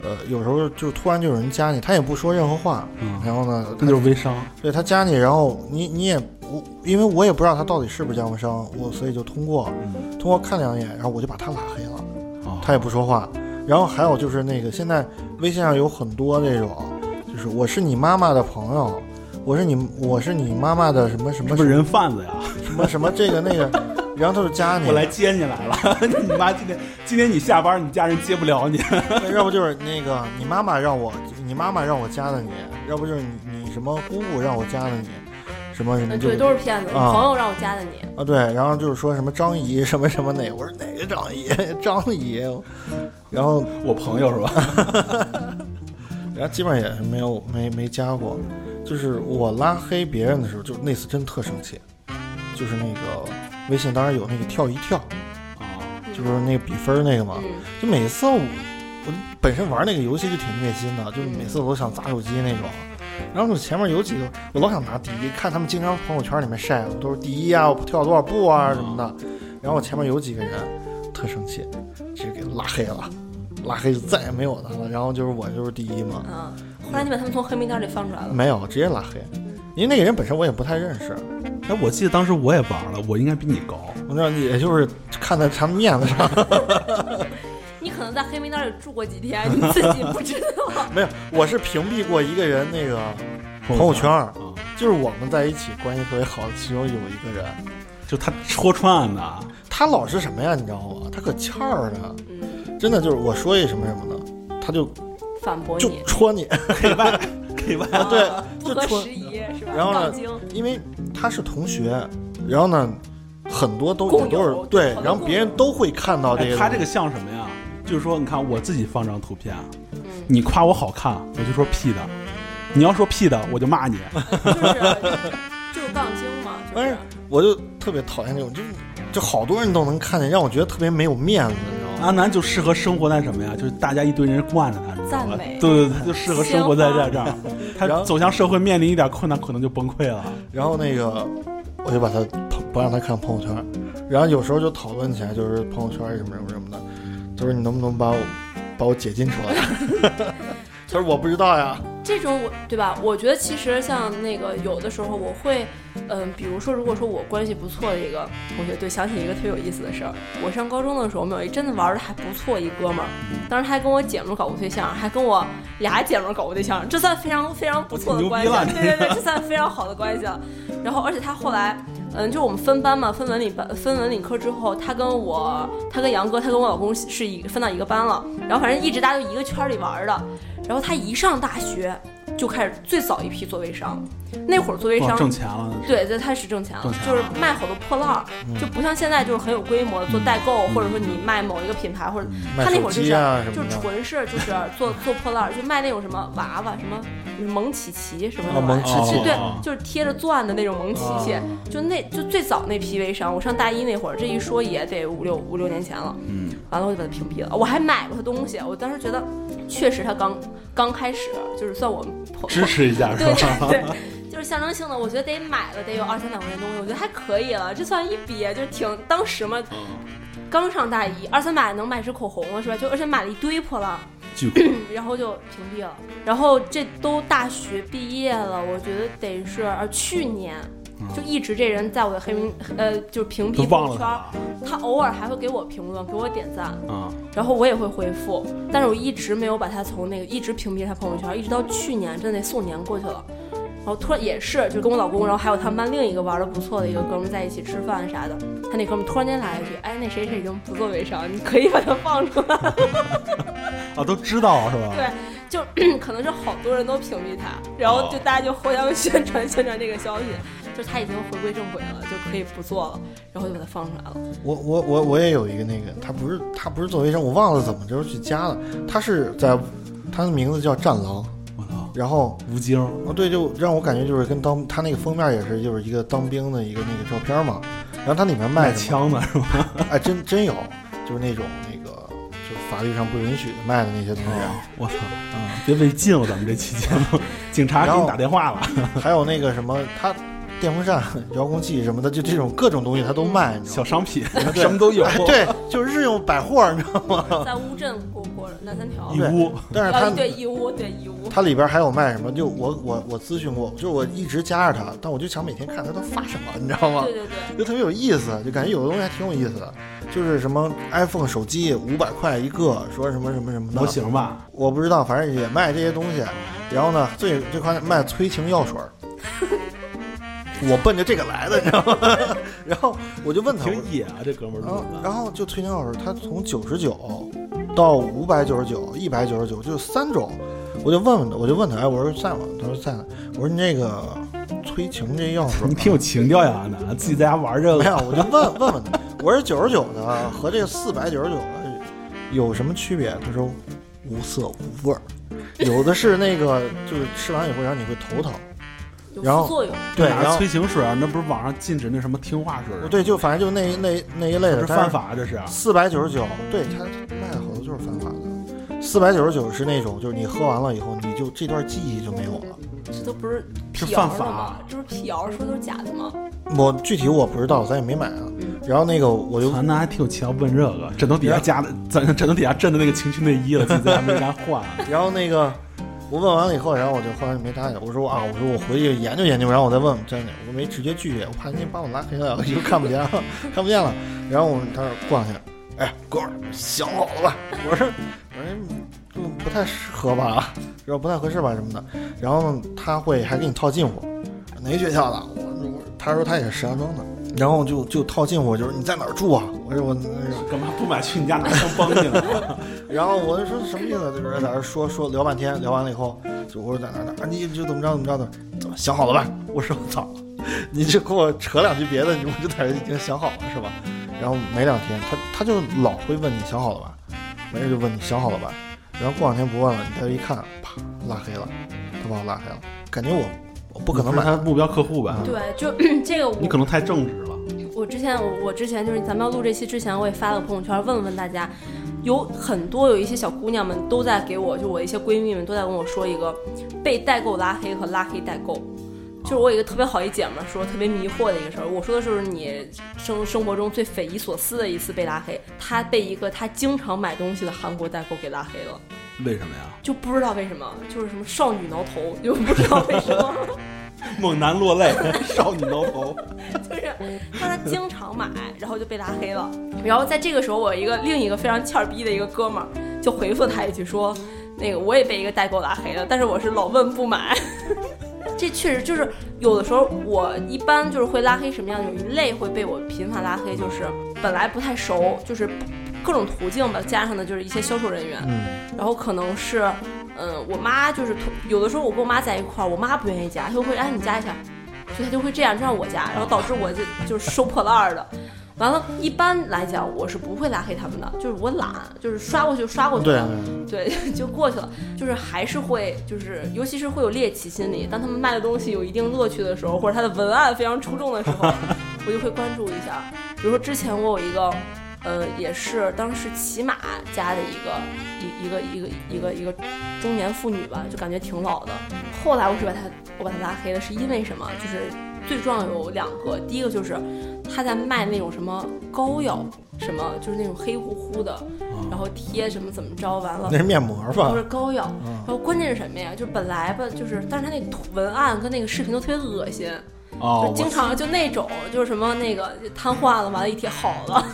Speaker 4: 呃，有时候就突然就有人加你，他也不说任何话，
Speaker 7: 嗯
Speaker 4: 然后呢，
Speaker 7: 那
Speaker 4: 他
Speaker 7: 就是微商。
Speaker 4: 对他加你，然后你你也我，因为我也不知道他到底是不是加盟商，我所以就通过
Speaker 7: 嗯
Speaker 4: 通过看两眼，然后我就把他拉黑了，
Speaker 7: 哦
Speaker 4: 他也不说话。然后还有就是那个现在微信上有很多这种，就是我是你妈妈的朋友，我是你我是你妈妈的什么什
Speaker 7: 是
Speaker 4: 么
Speaker 7: 不是人贩子呀？
Speaker 4: 什么什么这个那个，然后他就加你，
Speaker 7: 我来接你来了， 你妈今天今天你下班，你家人接不了你。
Speaker 4: 对要不就是那个你妈妈让我，你妈妈让我加的你，要不就是你你什么姑姑让我加的你，什么什么
Speaker 6: 嗯，
Speaker 4: 就
Speaker 6: 对，都是骗子。
Speaker 4: 啊
Speaker 6: 朋友让我加的你，
Speaker 4: 啊对，然后就是说什么张姨什么什么哪，我说哪个张姨 张姨，然后
Speaker 7: 我朋友是 吧？
Speaker 4: 然后基本上也没有没没加过，就是我拉黑别人的时候，就那次真特生气，就是那个微信当然有那个跳一跳，
Speaker 7: 啊，
Speaker 4: 就是那个比分那个嘛，
Speaker 6: 嗯，
Speaker 4: 就每次我我本身玩那个游戏就挺虐心的，就每次我都想砸手机那种。然后就前面有几个，我老想拿第一，看他们经常朋友圈里面晒，我都是第一啊，我跳了多少步啊什么的。然后我前面有几个人特生气，直接给拉黑了，拉黑就再也没有他了。然后就是我就是第一嘛，
Speaker 6: 啊，后来你把他们从黑名单里放出来了。
Speaker 4: 没有直接拉黑，因为那个人本身我也不太认识，
Speaker 7: 哎，我记得当时我也玩了，我应该比你高。
Speaker 4: 我知道也就是看在他面子上，
Speaker 6: 你可能在黑名单里住过几天，你自己不知道。
Speaker 4: 没有，我是屏蔽过一个人那个朋友圈嗯儿，
Speaker 7: 啊，
Speaker 4: 就是我们在一起关系特别好，其中有一个人，
Speaker 7: 就他戳穿啊俺的。
Speaker 4: 他老是什么呀？你知道吗？他可欠儿呢，
Speaker 6: 嗯，
Speaker 4: 真的就是我说一什么什么的，他就
Speaker 6: 反驳
Speaker 4: 就
Speaker 6: 你，
Speaker 4: 戳你，
Speaker 7: K Y，
Speaker 6: 啊
Speaker 4: 对
Speaker 6: 不
Speaker 4: 就
Speaker 6: 合
Speaker 4: 戳
Speaker 6: 时宜是吧？
Speaker 4: 然后呢
Speaker 6: 杠精，
Speaker 4: 因为他是同学，然后呢，很多都
Speaker 6: 共
Speaker 4: 也都
Speaker 6: 有
Speaker 4: 是对
Speaker 6: 好，多
Speaker 4: 然后
Speaker 6: 共
Speaker 4: 别人都会看到这
Speaker 7: 哎
Speaker 4: 个，
Speaker 7: 他这个像什么呀？就是说，你看我自己放张图片，啊
Speaker 6: 嗯，
Speaker 7: 你夸我好看，我就说屁的；你要说屁的，我就骂你。
Speaker 6: 就是就是杠精嘛，就
Speaker 4: 但
Speaker 6: 是
Speaker 4: 是。哎我就特别讨厌这种，就就好多人都能看见，让我觉得特别没有面子，你知道吗？
Speaker 7: 阿啊南就适合生活在什么呀？就是大家一堆人惯着他，你知道吗
Speaker 6: 赞美
Speaker 7: 对对对，他就适合生活在这这儿。
Speaker 4: 然
Speaker 7: 他
Speaker 4: 后
Speaker 7: 走向社会面临一点困难，可能就崩溃了。
Speaker 4: 然后那个我就把他朋不让他看朋友圈，然后有时候就讨论起来，就是朋友圈什么什么什么的，就是你能不能把我把我解禁出来？ 他说我不知道呀，
Speaker 6: 这种我对吧？我觉得其实像那个有的时候我会，嗯、比如说如果说我关系不错的一个同学，对，想起一个特别有意思的事儿。我上高中的时候，我们有一真的玩的还不错一哥们儿，当时还跟我姐们儿搞过对象，还跟我俩姐们儿搞过对象，这算非常非常不错的关系了，
Speaker 7: 牛逼
Speaker 6: 对对对，这算非常好的关系了。然后而且他后来。嗯，就我们分班嘛，分文理班，分文理科之后，他跟我，他跟杨哥，他跟我老公是一分到一个班了，然后反正一直大家就一个圈儿里玩儿的，然后他一上大学就开始最早一批做微商，那会儿做微
Speaker 7: 哇，
Speaker 6: 商，
Speaker 7: 挣钱了，那是。
Speaker 6: 对，这他是挣钱了，
Speaker 7: 挣钱了
Speaker 6: 就是卖好多破烂儿，就不像现在就是很有规模做代购，或者说你卖某一个品牌，或者他
Speaker 4: 卖
Speaker 6: 那会
Speaker 4: 手
Speaker 6: 儿就
Speaker 4: 机
Speaker 6: 是、
Speaker 4: 啊什
Speaker 6: 就
Speaker 4: 么的。
Speaker 6: 纯是就是做做破烂儿，就卖那种什么娃娃，什么蒙奇奇什么
Speaker 4: 啊
Speaker 6: 的，
Speaker 4: 蒙奇
Speaker 7: 奇
Speaker 6: 对
Speaker 7: 哦，
Speaker 6: 就是贴着钻的那种蒙奇奇，就那就最早那批微商，我上大一那会儿，这一说也得五六五六年前了。
Speaker 7: 嗯，
Speaker 6: 完了我就把他屏蔽了，我还买过他东西，我当时觉得确实他刚刚开始，就是算我 朋
Speaker 7: 支持一下是
Speaker 6: 对
Speaker 7: 吧？
Speaker 6: 对对，就是象征性的，我觉得得买了得有二三百块钱东西，我觉得还可以了，这算一笔，就是挺当时嘛，
Speaker 7: 嗯
Speaker 6: 刚上大一，二三百能买支口红了是吧？就而且买了一堆破烂儿，
Speaker 7: 巨
Speaker 6: 然后就屏蔽了。然后这都大学毕业了，我觉得得是呃去年。就一直这人在我的黑名，呃，就是
Speaker 7: 嗯
Speaker 6: 屏
Speaker 7: 都
Speaker 6: 蔽朋
Speaker 7: 忘
Speaker 6: 友
Speaker 7: 了
Speaker 6: 圈
Speaker 7: 他
Speaker 6: 儿，他偶尔还会给我评论，给我点赞，
Speaker 7: 啊！
Speaker 6: 然后我也会回复，但是我一直没有把他从那个一直屏蔽他朋友圈，一直到去年，真的送年过去了。然后突然也是，就跟我老公，然后还有他们班另一个玩的不错的一个哥们儿在一起吃饭啥的，他那哥们儿突然间来一句：“哎，那谁谁已经不做微商，你可以把他放出来。
Speaker 7: 啊，都知道是吧？
Speaker 6: 对”就可能是好多人都屏蔽他，然后就大家就互相宣传宣传这个消息。就是他已经回归正轨了，就可以不做了，然后就把它放出来了。
Speaker 4: 我我我我也有一个那个，他不是他不是做微商，我忘了怎么着去加了，他是在他的名字叫战狼，
Speaker 7: 我操，
Speaker 4: 然后
Speaker 7: 吴京
Speaker 4: 哦对，就让我感觉就是跟当他那个封面也是就是一个当兵的一个那个照片嘛，然后它里面卖
Speaker 7: 卖
Speaker 4: 什么
Speaker 7: 枪的是吧？
Speaker 4: 哎，真真有，就是那种那个，就是法律上不允许卖的那些东西，
Speaker 7: 哦我操，啊，别被禁了，咱们这期节目，警察给
Speaker 4: 然后
Speaker 7: 你打电话了。
Speaker 4: 还有那个什么，它电风扇、 遥控器什么的，就这种各种东西它都卖，你知
Speaker 7: 小
Speaker 4: 道吗？
Speaker 7: 商品什么都有，
Speaker 4: 哎，对，就是日用百货，你知道吗？
Speaker 6: 在乌镇过过了南三条
Speaker 7: 义，乌
Speaker 4: 但是
Speaker 6: 啊，
Speaker 4: 它
Speaker 6: 对义乌，对义乌，
Speaker 4: 它里边还有卖什么？就我我我咨询过，就是我一直加着它，但我就想每天看它都发什么，你知道吗
Speaker 6: 对？对对。
Speaker 4: 就特别有意思，就感觉有的东西还挺有意思的，就是什么 iPhone 手机五百块一个，说什么什么什么的
Speaker 7: 模型吧，
Speaker 4: 我不知道，反正也卖这些东西。然后呢，最最夸张卖催情药水儿，我奔着这个来的，你知道吗？ 然后我就问他，
Speaker 7: 挺野啊，这哥们儿
Speaker 4: 然后
Speaker 7: 怎么
Speaker 4: 然
Speaker 7: 的？
Speaker 4: 后就催情药水儿，它从九十九到五百九十九、一百九十九，就三种。我就问问他，我就问他，哎，我说在吗？他说在呢。我说你那个催情这药水儿
Speaker 7: 你挺有情调呀，阿南，自己在家玩这
Speaker 4: 没
Speaker 7: 个
Speaker 4: 有，我就问问问他，我说九十九的啊和这个四百九十九的有什么区别？他说无色无味儿，有的是那个就是吃完以后，然后你会头疼，
Speaker 6: 有
Speaker 4: 然后
Speaker 6: 副作用，
Speaker 4: 对，然
Speaker 7: 拿
Speaker 4: 后
Speaker 7: 催情水啊，那不是网上禁止那什么听话水啊，
Speaker 4: 对，就反正就那那那一类
Speaker 7: 这
Speaker 4: 的
Speaker 7: 是犯。法啊，这是。
Speaker 4: 四百九十九，对他卖的好多就是犯法的。四百九十九是那种，就是你喝完了以后，你就这段记忆就没有了。
Speaker 6: 这都不是
Speaker 7: 是
Speaker 6: 辟
Speaker 7: 犯
Speaker 6: 谣
Speaker 7: 法啊
Speaker 6: 的吗？这不是辟谣，说都是假的吗？
Speaker 4: 我具体我不知道，咱也没买啊。然后那个我就
Speaker 7: 啊，那还挺有情调，问这个枕头底下加的，枕枕头底下震的那个情趣内衣了，自己在家没敢换。啊
Speaker 4: 然后那个我问完了以后，然后我就后来就没搭理他，我说啊，我说我回去研究研究，然后我再问问真的，我没直接拒绝，我怕您把我拉黑了，我 就看不见了，看不见了。然后我们他说过两天，哎，哥们儿想好了吧？我说我说这不太适合吧，然后不太合适吧什么的。然后呢他会还给你套近乎，哪学校的？我我他说他也是石家庄的，然后就就套近乎，就是你在哪儿住啊？我说我那个
Speaker 7: 干嘛不买去你家拿枪崩你了？
Speaker 4: 然后我就说什么意思？就是在这说说聊半天，聊完了以后，就我说在哪哪，啊你就怎么着怎么着的，怎么想好了吧？我说我操，你就给我扯两句别的，你我就在这已经想好了是吧？然后没两天，他他就老会问你想好了吧，没事就问你想好了吧，然后过两天不问了，你再一看，啪拉黑了，他把我拉黑了，感觉我我不可能
Speaker 7: 是
Speaker 4: 买，
Speaker 7: 他目标客户吧？
Speaker 6: 对，就 这个我
Speaker 7: 你可能太正直了。
Speaker 6: 我之前我我之前就是咱们要录这期之前，我也发了个朋友圈，问了问大家，有很多有一些小姑娘们都在给我，就我一些闺蜜们都在跟我说一个被代购拉黑和拉黑代购。就是我有一个特别好一姐们儿说特别迷惑的一个事儿，我说的就是你生生活中最匪夷所思的一次被拉黑，她被一个她经常买东西的韩国代购给拉黑了，
Speaker 7: 为什么呀？
Speaker 6: 就不知道为什么，就是什么少女挠头，就不知道为什么。
Speaker 7: 猛男落 泪，少女挠头。
Speaker 6: 就是他他经常买，然后就被拉黑了。然后在这个时候，我一个另一个非常欠儿逼的一个哥们儿就回复他一句说：“那个我也被一个代购拉黑了，但是我是老问不买。” 这确实就是有的时候，我一般就是会拉黑什么样的？有一类会被我频繁拉黑，就是本来不太熟，就是各种途径吧，加上的就是一些销售人员，
Speaker 4: 嗯，
Speaker 6: 然后可能是，嗯，我妈就是同有的时候我跟我妈在一块儿，我妈不愿意加，她就会哎你加一下，所以她就会这样让我加，然后导致我就就是收破烂儿的。完了，一般来讲我是不会拉黑他们的，就是我懒，就是刷过去就刷过去
Speaker 4: 对啊
Speaker 6: 了，对 就过去了。就是还是会就是，尤其是会有猎奇心理，当他们卖的东西有一定乐趣的时候，或者他的文案非常出众的时候，我就会关注一下。比如说之前我有一个，呃，也是当时骑马家的一个一一个一个一个一个中年妇女吧，就感觉挺老的。后来我是把她我把她拉黑了，是因为什么？就是最重要有两个，第一个就是她在卖那种什么膏药，什么就是那种黑乎乎的，然后贴什么怎么着，完了
Speaker 4: 那是面膜吧
Speaker 6: 不是？膏药。然后关键是什么呀？就是本来吧，就是，但是他那图文案跟那个视频都特别恶心，
Speaker 7: 哦
Speaker 6: 就，经常就那种就是什么那 个瘫痪了，完了一贴好了，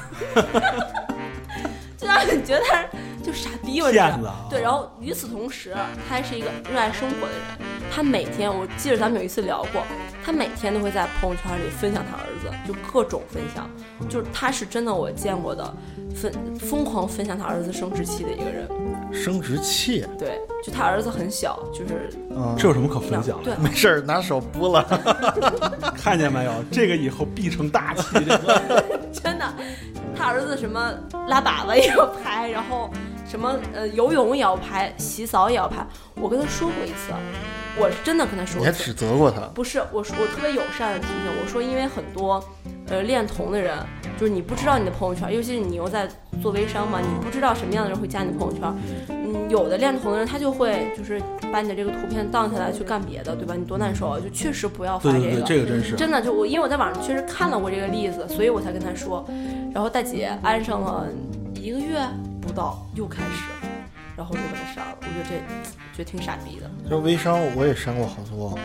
Speaker 6: 就让你觉得他是就傻逼吧，你知道
Speaker 8: 骗子啊！
Speaker 6: 对，然后与此同时，啊他还是一个热爱生活的人。他每天，我记得咱们有一次聊过，他每天都会在朋友圈里分享他儿子，就各种分享，就是他是真的我见过的分疯狂分享他儿子生殖器的一个人。
Speaker 4: 生殖器
Speaker 6: 对，就他儿子很小，就是
Speaker 4: 啊，
Speaker 7: 这有什么可分享的？
Speaker 6: 对，
Speaker 4: 没事儿拿手拨了，
Speaker 7: 看见没有，这个以后必成大 器。这个
Speaker 6: 真的，他儿子什么拉粑粑也要拍，然后什么呃游泳也要拍，洗澡也要拍。我跟他说过一次，我是真的跟他说
Speaker 4: 你
Speaker 6: 过一
Speaker 4: 还
Speaker 6: 次。
Speaker 4: 指责过他？
Speaker 6: 不是，我说我特别友善的提醒我说，因为很多呃恋童的人，就是你不知道你的朋友圈，尤其是你又在做微商嘛，你不知道什么样的人会加你朋友圈。嗯，有的恋童的人他就会就是把你的这个图片荡下来去干别的，对吧？你多难受啊！就确实不要发
Speaker 7: 对
Speaker 6: 这个。
Speaker 7: 对对，这个真是。
Speaker 6: 真的就我，因为我在网上确实看了过这个例子，所以我才跟他说。然后大姐安上了一个月不到，又开始，然后我就把他删了。我觉得这觉得挺傻逼的。
Speaker 4: 就微商我也删过好多，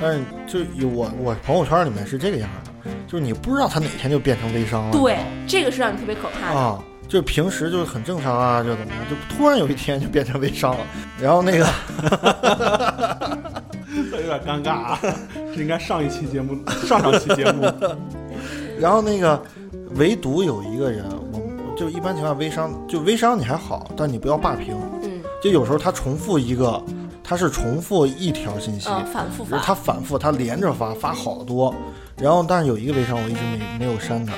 Speaker 4: 但是就有我我朋友圈里面是这个样的，就是你不知道他哪天就变成微商了。
Speaker 6: 对，这个是让你特别可怕的。
Speaker 4: 啊，就平时就是很正常啊，就怎么样，就突然有一天就变成微商了。然后那个
Speaker 7: 这有点尴尬啊， 这应该上一期节目， 上上期节目，
Speaker 4: 然后那个，唯独有一个人，我就一般情况下微商，就微商你还好，但你不要霸屏。
Speaker 6: 嗯
Speaker 4: 就有时候他重复一个，他是重复一条信息，
Speaker 6: 嗯，反复
Speaker 4: 比如
Speaker 6: 发。
Speaker 4: 他反复他连着发，发好多。然后但是有一个微商我一直没没有删他，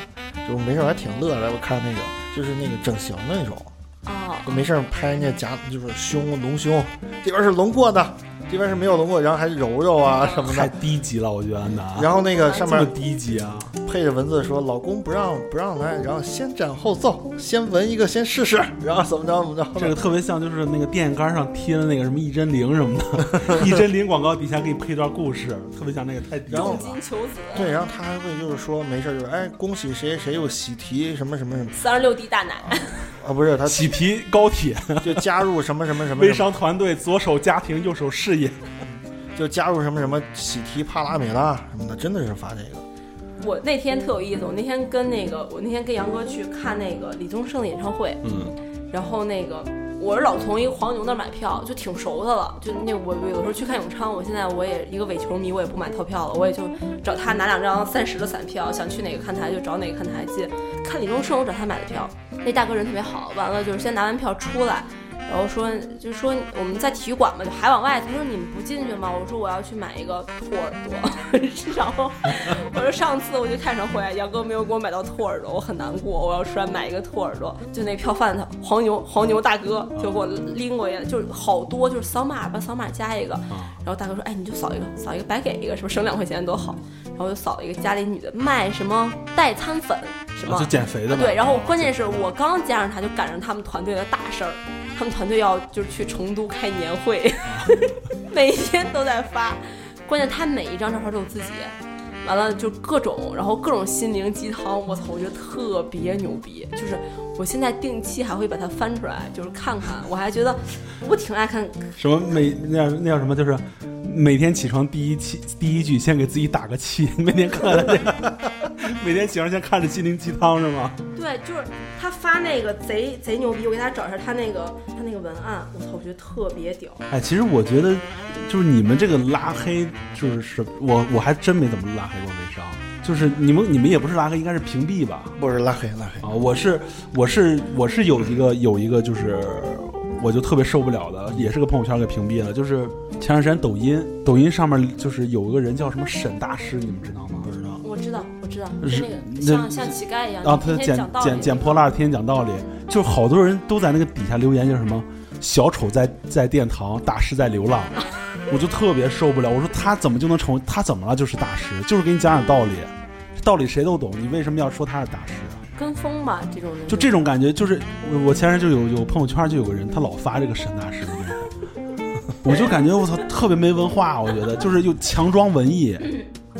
Speaker 4: 就没事儿还挺乐的。我看那个就是那个整形的那种，
Speaker 6: 啊，
Speaker 4: 就没事儿拍人家假就是胸隆胸，这边是隆过的，这边是没有隆过，然后还揉揉啊什么
Speaker 7: 太
Speaker 4: 的。
Speaker 7: 低级了，我觉得安南。
Speaker 6: 哎
Speaker 4: 然后那个上
Speaker 7: 这么
Speaker 4: 面
Speaker 7: 低级啊！
Speaker 4: 配着文字说：“老公不让不让来，然后先斩后奏，先闻一个先试试，然后怎么着怎么着。”
Speaker 7: 这个特别像，就是那个电线杆上贴的那个什么一针灵什么 的，一针灵广告底下给你配一段故事，特别像那个太低级
Speaker 4: 然后
Speaker 6: 重
Speaker 7: 了。
Speaker 6: 金求子，
Speaker 4: 对，然后他还会就是说没事儿就是哎恭喜谁谁谁又喜提什么什么什么
Speaker 6: 三十六 D 大奶，
Speaker 4: 啊不是他
Speaker 7: 喜提高铁
Speaker 4: 就加入什么什么什么
Speaker 7: 微
Speaker 4: 什么
Speaker 7: 商团队，左手家庭，右手事业。
Speaker 4: 就加入什么什么喜提帕拉梅拉什么的，真的是发这个
Speaker 6: 我那天特有意思，我那天跟那个，我那天跟杨哥去看那个李宗盛的演唱会，
Speaker 7: 嗯，
Speaker 6: 然后那个我是老从一个黄牛那儿买票，就挺熟的了。就那我我有时候去看永昌，我现在我也一个伪球迷，我也不买套票了，我也就找他拿两张三十的散票，想去哪个看台就找哪个看台进。看李宗盛，我找他买的票，那大哥人特别好。完了就是先拿完票出来。然后说，就说我们在体育馆嘛，就还往外。他说你们不进去吗？我说我要去买一个兔耳朵， 然后我说上次我去看演唱会，杨哥没有给我买到兔耳朵，我很难过。我要出来买一个兔耳朵，就那票贩子黄牛黄牛大哥就给我拎过去，就是好多就是扫码把扫码加一个，然后大哥说，哎你就扫一个扫一个白给一个，是不是省两块钱多好？然后我就扫了一个家里女的卖什么代餐粉什么
Speaker 7: 就减肥的嘛。
Speaker 6: 啊
Speaker 7: 嗯
Speaker 6: 对，然后关键是我刚加上他，就赶上他们团队的大事儿，他们团队要就是去成都开年会，
Speaker 7: 啊
Speaker 6: 每天都在发。关键他每一张照片都有自己，完了就各种，然后各种心灵鸡汤，我操，我觉得特别牛逼。就是我现在定期还会把它翻出来，就是看看，我还觉得我挺爱看
Speaker 7: 什么每那叫那叫什么，就是每天起床第一气第一句先给自己打个气， 每天看看这个， 每天起床先看着心灵鸡汤是吗？
Speaker 6: 对，就是他发那个贼贼牛逼，我给大家找一下他那个他那个文案，我操，我觉得特别屌。
Speaker 7: 哎，其实我觉得就是你们这个拉黑，就是是我我还真没怎么拉黑过微商，就是你们你们也不是拉黑，应该是屏蔽吧？
Speaker 4: 不是拉黑拉黑。
Speaker 7: 啊，我是我是我是有一个有一个就是我就特别受不了的，也是个朋友圈给屏蔽了。就是前段时间抖音，抖音上面就是有一个人叫什么沈大师，你们知道吗？不知道
Speaker 6: 我知道，我知道，
Speaker 7: 是
Speaker 6: 就那个
Speaker 7: 那
Speaker 6: 像像乞丐一样，
Speaker 7: 啊，他
Speaker 6: 天天
Speaker 7: 捡
Speaker 6: 讲道理嗯
Speaker 7: 捡捡破烂儿，天天讲道理，就是好多人都在那个底下留言，叫什么“小丑在在殿堂，大师在流 浪”，我就特别受不了。我说他怎么就能成为他怎么了？就是大师，就是给你讲点道理，道理谁都懂，你为什么要说他是大师啊？
Speaker 6: 跟风嘛，这种人
Speaker 7: 就这种感觉，就是我我前阵就有有朋友圈就有个人，他老发这个沈大师的东西，我就感觉我操特别没文化，我觉得就是又强装文艺，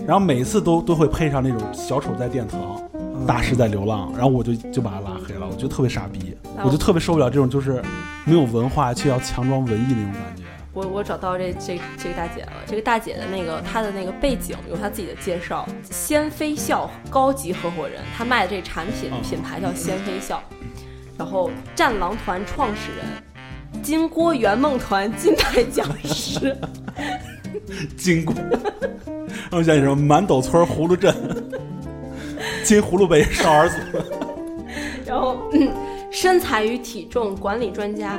Speaker 7: 然后每次都都会配上那种小丑在殿堂，大师在流浪，然后我就就把他拉黑了，我觉得特别傻逼，我就特别受不了这种就是没有文化却要强装文艺那种感觉。
Speaker 6: 我我找到这这这个大姐了，这个大姐的那个她的那个背景有她自己的介绍，仙飞笑高级合伙人，她卖的这产品
Speaker 7: 嗯
Speaker 6: 品牌叫仙飞笑。然后战狼团创始人，金锅圆梦团近代讲师，
Speaker 7: 金锅，让我想起什么满斗村葫芦镇， 金葫芦北少儿组，
Speaker 6: 然后、嗯身材与体重管理专家，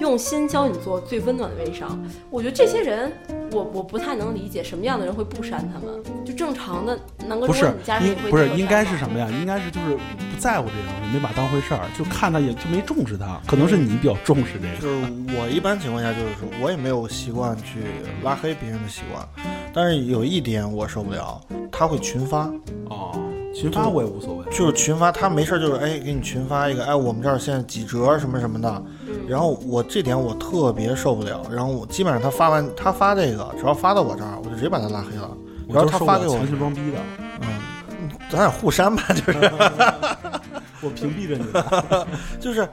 Speaker 6: 用心教你做最温暖的微商。我觉得这些人，我我不太能理解什么样的人会不删他们，就正常的能够
Speaker 7: 不
Speaker 6: 如
Speaker 7: 是
Speaker 6: 果你家人
Speaker 7: 应
Speaker 6: 也会
Speaker 7: 不是
Speaker 6: 接受
Speaker 7: 应该
Speaker 6: 删
Speaker 7: 是
Speaker 6: 吗
Speaker 7: 什么呀？应该是就是不在乎这个东西，没把当回事儿，就看他也就没重视他。可能是你比较重视这个，
Speaker 4: 就是我一般情况下就是说，我也没有习惯去拉黑别人的习惯，但是有一点我受不了，他会群发，
Speaker 7: 哦，群发我也无所谓。
Speaker 4: 就是群发，他没事儿就是哎给你群发一个，哎我们这儿现在几折什么什么的，然后我这点我特别受不了，然后我基本上他发完他发这个，只要发到我这儿，我就直接把他拉黑了，然后
Speaker 7: 就
Speaker 4: 他
Speaker 7: 受
Speaker 4: 发
Speaker 7: 不
Speaker 4: 给
Speaker 7: 了
Speaker 4: 我
Speaker 7: 强，行装逼的，
Speaker 4: 嗯，咱俩互删吧，就是。
Speaker 7: 我屏蔽着你。
Speaker 4: 就是，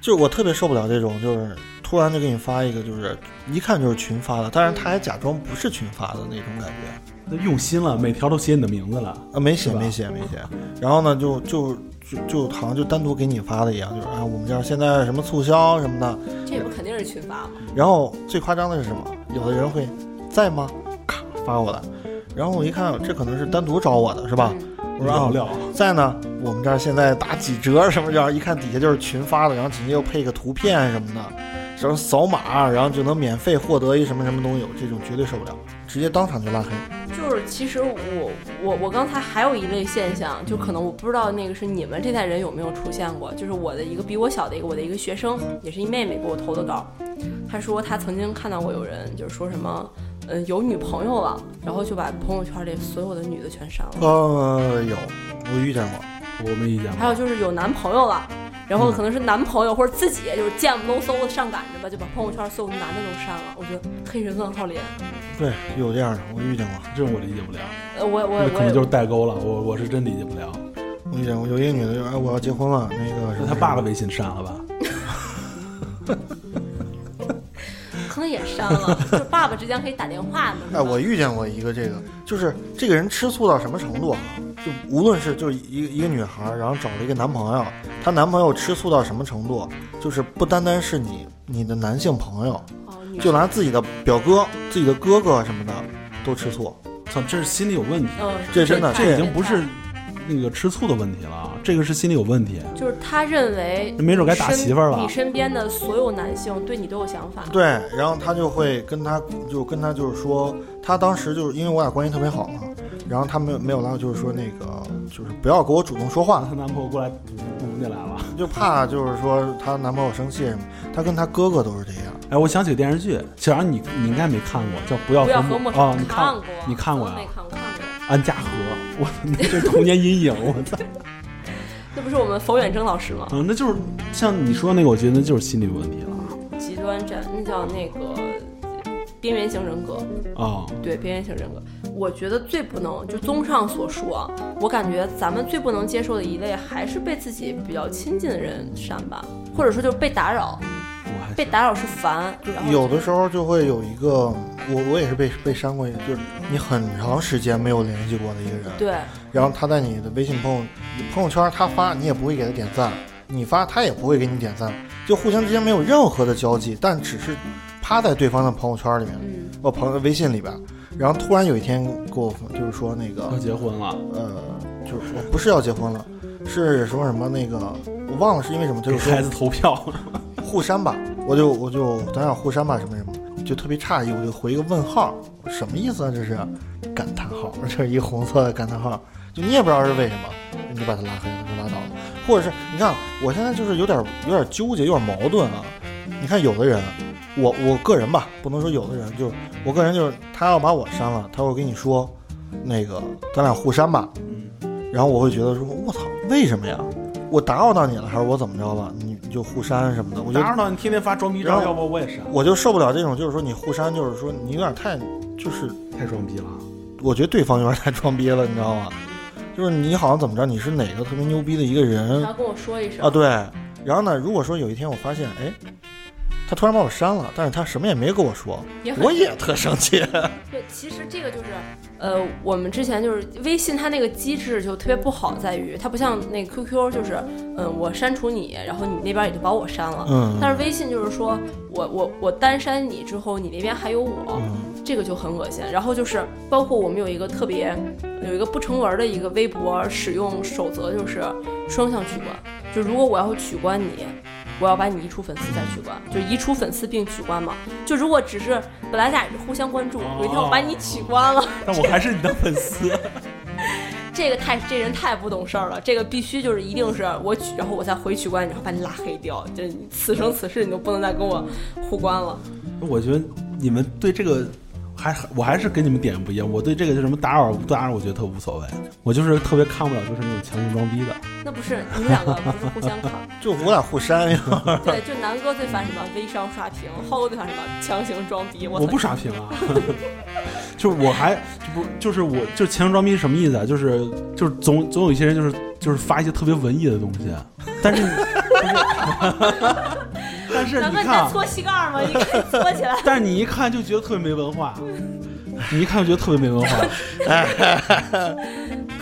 Speaker 4: 就是我特别受不了这种，就是突然就给你发一个，就是一看就是群发的，但是他还假装不是群发的那种感觉，
Speaker 7: 那用心了，每条都写你的名字了。
Speaker 4: 啊，没写
Speaker 7: 是吧
Speaker 4: 没写没写，然后呢，就就就就好像就单独给你发的一样，就是啊，我们这儿现在什么促销什么的，
Speaker 6: 这不肯定是群发吗？
Speaker 4: 然后最夸张的是什么？有的人会在吗？咔发过来，然后我一看，这可能是单独找我的是吧？我说啊
Speaker 7: 好，料啊，
Speaker 4: 在呢，我们这儿现在打几折什么这样，一看底下就是群发的，然后紧接着又配个图片什么的，什么扫码，然后就能免费获得一什么什么东西，我这种绝对受不了，直接当场就拉黑。
Speaker 6: 就是其实我我我刚才还有一类现象，就
Speaker 7: 嗯
Speaker 6: 可能我不知道那个是你们这代人有没有出现过，就是我的一个比我小的一个我的一个学生，也是一妹妹给我投的稿，她说她曾经看到过有人就是说什么，嗯，有女朋友了，然后就把朋友圈里所有的女的全删了，
Speaker 4: 呃，有，我遇见过，
Speaker 7: 我没意见吧。
Speaker 6: 还有就是有男朋友了。
Speaker 7: 嗯
Speaker 6: 然后可能是男朋友或者自己，就是贱不搂嗖的上赶着吧，就把朋友圈所有男的都删了。我觉得黑人问号脸，
Speaker 4: 对，有这样的，我遇见过，
Speaker 7: 这种我理解不了，
Speaker 6: 呃，我我
Speaker 7: 那可
Speaker 6: 我也
Speaker 7: 能就是代沟了。我我是真理解不了。
Speaker 4: 我遇见过，有一个女的就哎我要结婚了，那个什
Speaker 7: 那
Speaker 4: 么
Speaker 7: 他爸的微信删了吧？
Speaker 6: 可能也删了，就是爸爸之间可以打电话呢。
Speaker 4: 哎，我遇见过一个这个，就是这个人吃醋到什么程度啊？就无论是就是一个一个女孩儿，然后找了一个男朋友，她男朋友吃醋到什么程度？就是不单单是你你的男性朋友，
Speaker 6: 哦，女
Speaker 4: 就拿自己的表哥、自己的哥哥什么的都吃醋。
Speaker 7: 操，这是心理有问题。
Speaker 6: 嗯，
Speaker 4: 这真的
Speaker 7: 这已经不是那个吃醋的问题了，这个是心理有问题。
Speaker 6: 就是他认为
Speaker 7: 没准该打媳妇儿了
Speaker 6: 你身边的所有男性对你都有想法，
Speaker 4: 对，然后她就会跟他就跟他就是说，她当时就是因为我俩关系特别好嘛，然后她没有没有拉我，就是说那个就是不要给我主动说话
Speaker 7: 她，男朋友过来堵你来了。
Speaker 4: 就怕就是说她男朋友生气什么。她跟她哥哥都是这样。
Speaker 7: 哎，我想起个电视剧，小杨你你应该没看过，叫《不要
Speaker 6: 不要
Speaker 7: 和
Speaker 6: 和
Speaker 7: 陌
Speaker 6: 陌
Speaker 7: 生啊
Speaker 6: 生，人
Speaker 7: 你
Speaker 6: 看
Speaker 7: 看
Speaker 6: 过，
Speaker 7: 你看过呀啊
Speaker 6: 没？看过，看过。
Speaker 7: 安家和，我 那这童年阴影，我操！
Speaker 6: 那不是我们冯远征老师吗？
Speaker 7: 嗯，那就是像你说那个，我觉得那就是心理有问题了
Speaker 6: 极端战，那叫那个边缘型人格。
Speaker 7: 啊。
Speaker 6: 对边缘型人格，我觉得最不能就综上所述啊，我感觉咱们最不能接受的一类还是被自己比较亲近的人删吧，或者说就是被打扰，
Speaker 7: 我还
Speaker 6: 被打扰是烦，然后
Speaker 4: 有的时候就会有一个，我我也是被被删过一个，就是你很长时间没有联系过的一个人，
Speaker 6: 对
Speaker 4: 然后他在你的微信朋友你朋友圈他发，你也不会给他点赞，你发他也不会给你点赞，就互相之间没有任何的交际，但只是趴在对方的朋友圈里面，
Speaker 6: 嗯
Speaker 4: 我朋友微信里边，然后突然有一天给我就是说那个
Speaker 7: 要结婚了，
Speaker 4: 呃，就是我不是要结婚了，是说什么那个我忘了是因为什么，就
Speaker 7: 给
Speaker 4: 是说
Speaker 7: 孩子投票，
Speaker 4: 互删吧，我就我就咱俩互删吧，什么什么，就特别诧异，我就回一个问号，什么意思啊？这是感叹号， 这是一个红色的感叹号，就你也不知道是为什么，你就把他拉黑了，就拉倒了。或者是你看，我现在就是有点有点纠结，有点矛盾啊。你看有的人，我我个人吧，不能说有的人，就是我个人就是他要把我删了，他会跟你说，那个咱俩互删吧，
Speaker 7: 嗯
Speaker 4: 然后我会觉得说，我操，为什么呀？我打扰到你了，还是我怎么着了？你你就互删什么的，我觉得
Speaker 7: 打扰到你天天发装逼照，
Speaker 4: 然后
Speaker 7: 要不我也啊删，
Speaker 4: 我就受不了这种，就是说你互删，就是说你有点太，就是
Speaker 7: 太装逼了。
Speaker 4: 我觉得对方有点太装逼了，你知道吗？就是你好像怎么着，你是哪个特别牛逼的一个人啊
Speaker 6: 他跟我说一声
Speaker 4: 啊？对。然后呢，如果说有一天我发现，哎，他突然把我删了，但是他什么也没跟我说，
Speaker 6: 也很
Speaker 4: 我也特生气。
Speaker 6: 对，其实这个就是，呃，我们之前就是微信它那个机制就特别不好，在于它不像那个 QQ，就是，嗯，我删除你，然后你那边也就把我删了。
Speaker 4: 嗯
Speaker 6: 但是微信就是说我我我单删你之后，你那边还有我，
Speaker 4: 嗯
Speaker 6: 这个就很恶心。然后就是包括我们有一个特别有一个不成文的一个微博使用守则，就是双向取关。就如果我要取关你，我要把你移除粉丝再取关，就移除粉丝并取关嘛。就如果只是本来俩人是互相关注，有一天我把你取关了，
Speaker 8: 但我还是你的粉丝。
Speaker 6: 这个太这人太不懂事儿了，这个必须就是一定是我取，然后我再回取关你，然后把你拉黑掉，就是你此生此世你都不能再跟我互关了。
Speaker 7: 我觉得你们对这个还我还是跟你们点不一样，我对这个就什么打扰不打扰，我觉得特无所谓。我就是特别看不了，就是那种强行装逼的。
Speaker 6: 那不是你们两个不是互相扛，
Speaker 4: 就我俩互删呀，
Speaker 6: 对，就南哥最烦什么微商刷屏，浩哥最烦什么强行装逼，我
Speaker 7: 我不
Speaker 6: 操
Speaker 7: 刷屏啊， 就是我还就不就是我就强行装逼是什么意思啊？就是就是总总有一些人就是就是发一些特别文艺的东西，但 是你但是
Speaker 6: 南
Speaker 7: 你
Speaker 6: 哥你
Speaker 7: 看
Speaker 6: 在
Speaker 7: 啊，
Speaker 6: 搓膝盖吗？你快搓起来。
Speaker 7: 但是你一看就觉得特别没文化，你一看就觉得特别没文化，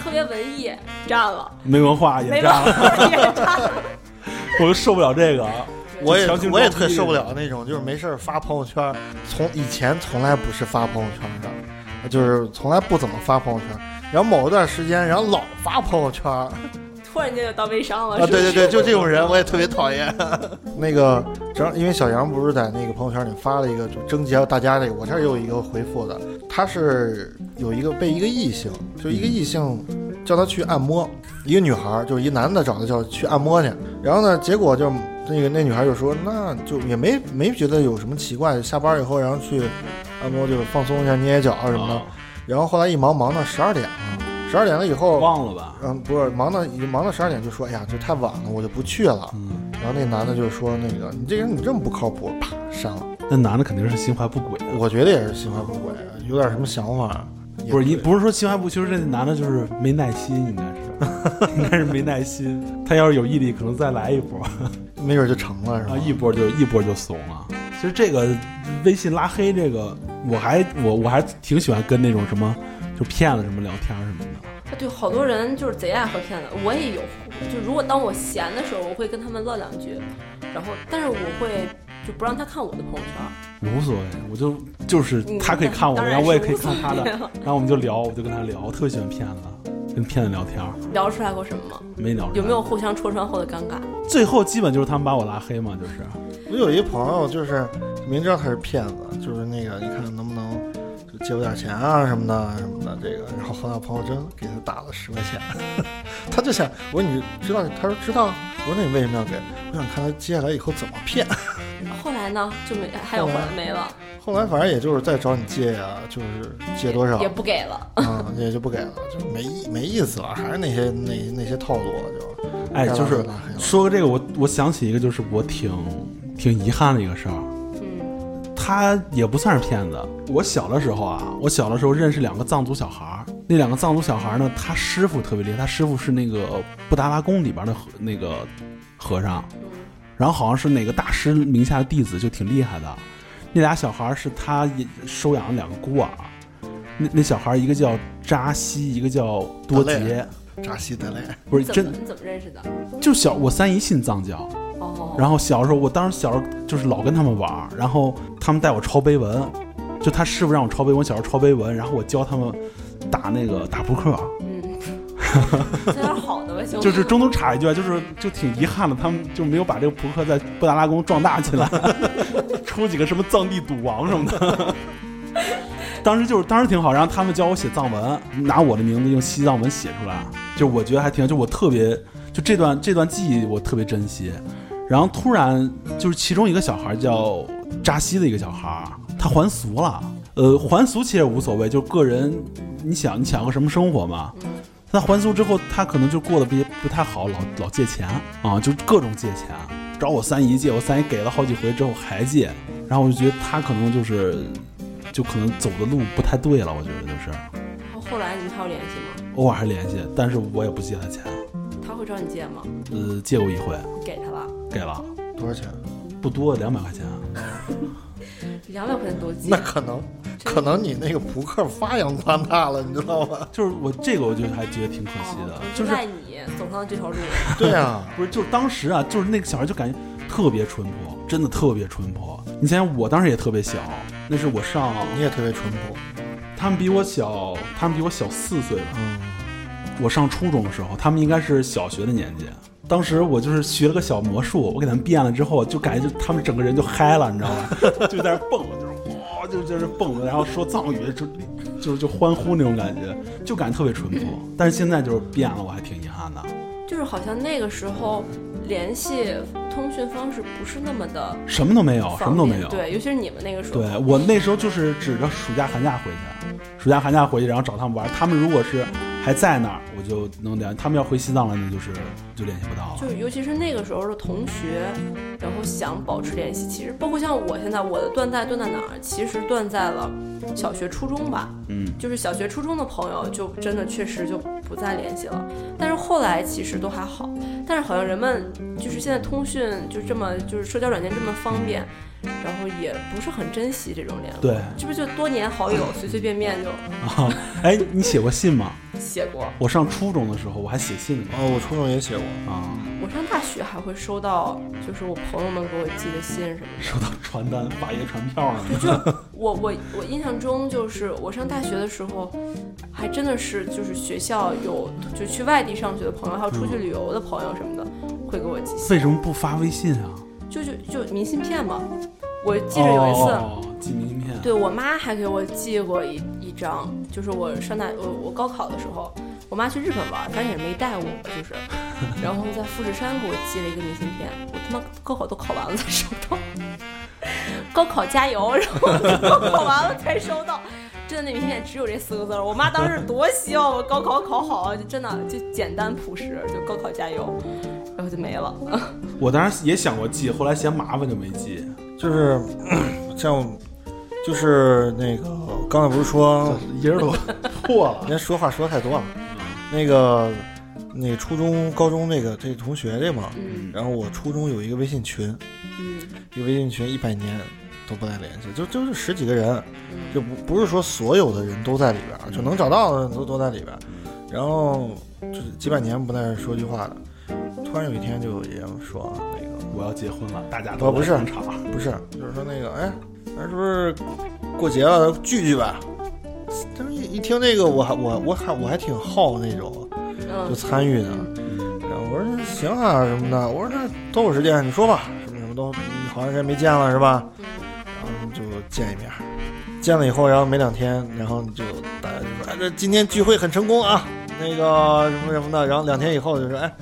Speaker 6: 特别文艺，占了，
Speaker 7: 没文化啊也
Speaker 6: 没
Speaker 7: 这样，
Speaker 6: 文艺也占了。
Speaker 7: 我就受不了这个啊。
Speaker 4: 我也
Speaker 7: 强行
Speaker 4: 我也
Speaker 7: 装
Speaker 4: 特
Speaker 7: 逼嗯
Speaker 4: 受不了那种，就是没事儿发朋友圈，从以前从来不是发朋友圈的，就是从来不怎么发朋友圈，然后某一段时间，然后老发朋友圈啊，
Speaker 6: 突然间就到微商了，是
Speaker 4: 对
Speaker 6: 不啊是
Speaker 4: 对对，就这种人我也特别讨厌。 那个正因为小杨不是在那个朋友圈里发了一个就征集大家这个，我这儿也有一个回复的，他是有一个被一个异性，就一个异性叫他去按摩，一个女孩儿就是一男的找他叫去按摩去，然后呢，结果就那个那女孩就说，那就也没没觉得有什么奇怪，下班以后然后去按摩就是放松一下捏捏脚啊什么的，然后后来一忙忙到十二点了，十二点了以后。
Speaker 7: 忘了吧？
Speaker 4: 嗯，不是忙到已经忙到十二点，就说哎呀，这太晚了，我就不去了。
Speaker 7: 嗯，
Speaker 4: 然后那男的就说那个你这个人怎么这么不靠谱，啪删了。
Speaker 7: 那男的肯定是心怀不轨的，
Speaker 4: 我觉得也是心怀不轨，有点什么想法。也
Speaker 7: 不是
Speaker 4: 对
Speaker 7: 你不是说心怀不屈，这男的就是没耐心，应该 是应该是没耐心。他要是有毅力，可能再来一波
Speaker 4: 没准就成了是吧？
Speaker 7: 啊，一波就一波就怂了。其实这个微信拉黑这个，我还我我还挺喜欢跟那种什么就骗子什么聊天什么的。
Speaker 6: 对，好多人就是贼爱和骗子，我也有。就如果当我闲的时候，我会跟他们唠两句，然后但是我会就不让他看我的朋友圈。
Speaker 7: 我无所谓，我就就是
Speaker 6: 嗯
Speaker 7: 他可以看我
Speaker 6: 当
Speaker 7: 的，
Speaker 6: 然
Speaker 7: 然后我也
Speaker 6: 是
Speaker 7: 可以
Speaker 6: 无所
Speaker 7: 看他的，
Speaker 6: 谓了
Speaker 7: 然后我们就聊，我就跟他聊，我特别喜欢骗子，跟骗子聊天
Speaker 6: 聊出来过什么吗？
Speaker 7: 没聊出来
Speaker 6: 有没有？互相戳穿后的尴尬？
Speaker 7: 最后基本就是他们把我拉黑嘛，就是
Speaker 4: 我有一朋友就是明知道他是骗子，就是那个你看能不能就借我点钱啊什么的什么的这个，然后后来朋友真给他打了十块钱， 他就想我说你知道？他说知道。我说那你为什么要给？我想看他接下来以后怎么骗。
Speaker 6: 后来呢，就没还有后来没了，
Speaker 4: 后来反正也就是再找你借呀、就是借多少
Speaker 6: 也不给了。
Speaker 4: 啊、也就不给了，就没意没意思了，还是那些那那些套路了，就
Speaker 7: 哎，
Speaker 4: 该拉
Speaker 7: 就
Speaker 4: 黑
Speaker 7: 是
Speaker 4: 拉黑了
Speaker 7: 说个这个，我我想起一个，就是我挺挺遗憾的一个事儿。
Speaker 6: 嗯，
Speaker 7: 他也不算是骗子。我小的时候啊，我小的时候认识两个藏族小孩儿。那两个藏族小孩儿呢，他师傅特别厉害，他师傅是那个布达拉宫里边的和那个和尚，然后好像是哪个大师名下的弟子，就挺厉害的。那俩小孩儿是他也收养了两个孤儿，那那小孩儿一个叫扎西，一个叫多杰
Speaker 4: 德累，扎西德勒。
Speaker 7: 不是
Speaker 6: 你怎么
Speaker 7: 真
Speaker 6: 你怎么认识的？
Speaker 7: 就小我三姨信藏教，
Speaker 6: 哦，
Speaker 7: 然后小时候，我当时小时候就是老跟他们玩儿，然后他们带我抄碑文，就他师傅让我抄碑文，小时候抄碑文，然后我教他们打那个打扑克，
Speaker 6: 嗯，这点好的吧，行吗？
Speaker 7: 就是中途插一句，啊，就是就挺遗憾的，他们就没有把这个扑克在布达拉宫壮大起来， 出几个什么藏地赌王什么的。 当时就是当时挺好，然后他们教我写藏文，拿我的名字用西藏文写出来，就我觉得还挺，就我特别就这段这段记忆我特别珍惜。然后突然就是其中一个小孩叫扎西的一个小孩，他还俗了。呃，还俗其实也无所谓，就个人，你想你想个什么生活嘛？他还俗之后，他可能就过得不不太好，老老借钱啊，就各种借钱，找我三姨借，我三姨给了好几回之后还借，然后我就觉得他可能就是，就可能走的路不太对了，我觉得就是
Speaker 6: 后 后来你们还有联系吗？
Speaker 7: 偶尔还联系，但是我也不借他钱，
Speaker 6: 他会找你借吗？
Speaker 7: 呃，借过一回，
Speaker 6: 你给他了？
Speaker 7: 给了
Speaker 4: 多少钱？
Speaker 7: 不多，两百块钱。啊
Speaker 6: 两百块钱多哦进
Speaker 4: 那，可能可能你那个扑克发扬光大了，你知道吗？
Speaker 7: 就是我这个，我就还觉得挺可惜的
Speaker 6: 哦，
Speaker 7: 就是
Speaker 6: 赖你走上了这条路，
Speaker 4: 对啊，
Speaker 7: 不是，就是当时啊，就是那个小孩就感觉特别淳朴，真的特别淳朴。你想想，我当时也特别小，那是我上，
Speaker 4: 你也特别淳朴，
Speaker 7: 他们比我小，他们比我小四岁吧。
Speaker 4: 嗯，
Speaker 7: 我上初中的时候，他们应该是小学的年纪。当时我就是学了个小魔术，我给他们变了之后，就感觉就他们整个人就嗨了，你知道吗？就在那蹦，就是哇，就就是蹦，然后说藏语，就就就欢呼那种感觉，就感觉特别淳朴。但是现在就是变了，我还挺遗憾的。
Speaker 6: 就是好像那个时候联系通讯方式不是那么的
Speaker 7: 什么都没有，
Speaker 6: 方便，
Speaker 7: 哦什么都没有。
Speaker 6: 对，尤其是你们那个时候，
Speaker 7: 对我那时候就是指着暑假寒假回去，暑假寒假回去，然后找他们玩。他们如果是还在那儿，我就能联；他们要回西藏了，那就是就联系不到
Speaker 6: 就
Speaker 7: 了。
Speaker 6: 是尤其是那个时候的同学，然后想保持联系，其实包括像我现在，我的断代断在哪儿？其实断在了小学、初中吧。
Speaker 7: 嗯，
Speaker 6: 就是小学、初中的朋友，就真的确实就不再联系了。但是后来其实都还好，但是好像人们就是现在通讯就这么就是社交软件这么方便，然后也不是很珍惜这种联络。
Speaker 7: 对
Speaker 6: 是不是就多年好友随随便便就
Speaker 7: 啊，哎，你写过信吗？
Speaker 6: 写过？
Speaker 7: 我上初中的时候我还写信呢
Speaker 4: 哦，我初中也写过，
Speaker 7: 啊，
Speaker 6: 我上大学还会收到，就是我朋友们给我寄的信什么的。
Speaker 7: 收到传单、法爷传票呢。
Speaker 6: 我我我印象中就是我上大学的时候，还真的是就是学校有就去外地上学的朋友，还有出去旅游的朋友什么的，会给我寄信，
Speaker 7: 为什么不发微信啊？
Speaker 6: 就就就明信片嘛。我记着有一次，
Speaker 7: 哦、寄明信片，
Speaker 6: 对我妈还给我寄过一一张，就是我上大我我高考的时候，我妈去日本玩，反正也没带我，就是，然后在富士山给我寄了一个明信片，我他妈高考都考完了才收到， 高考加油，然后高考完了才收到。真的，那明信片只有这四个字儿。我妈当时多希望我高考考好，啊就真的就简单朴实，就高考加油，然后就没了。
Speaker 7: 我当时也想过寄，后来嫌麻烦就没寄。
Speaker 4: 就是像就是那个刚才不是说
Speaker 7: 音儿都破了，
Speaker 4: 人家说话说太多了，那个那初中高中那个这同学这嘛，
Speaker 6: 嗯
Speaker 4: 然后我初中有一个微信群，
Speaker 6: 嗯
Speaker 4: 一个微信群一百年都不再联系，就就是十几个人，
Speaker 6: 嗯，
Speaker 4: 就不不是说所有的人都在里边儿，就能找到的人都都在里边儿，然后就是几百年不在这说句话的，突然有一天就有人说那个
Speaker 7: 我要结婚了，大家
Speaker 4: 哦
Speaker 7: 都
Speaker 4: 不是
Speaker 7: 来捧场。
Speaker 4: 不是，就是说那个哎，咱是不是过节了咱聚聚吧？但是一一听这个，我还我我还我还挺好那种，就
Speaker 6: 嗯
Speaker 4: 参与的。然后我说行啊什么的，我说那都有时间，你说吧，什么什么都好长时间没见了是吧？然后就见一面，见了以后，然后没两天，然后就大家就说，哎，这今天聚会很成功啊，那个什么什么的，然后两天以后就说，哎，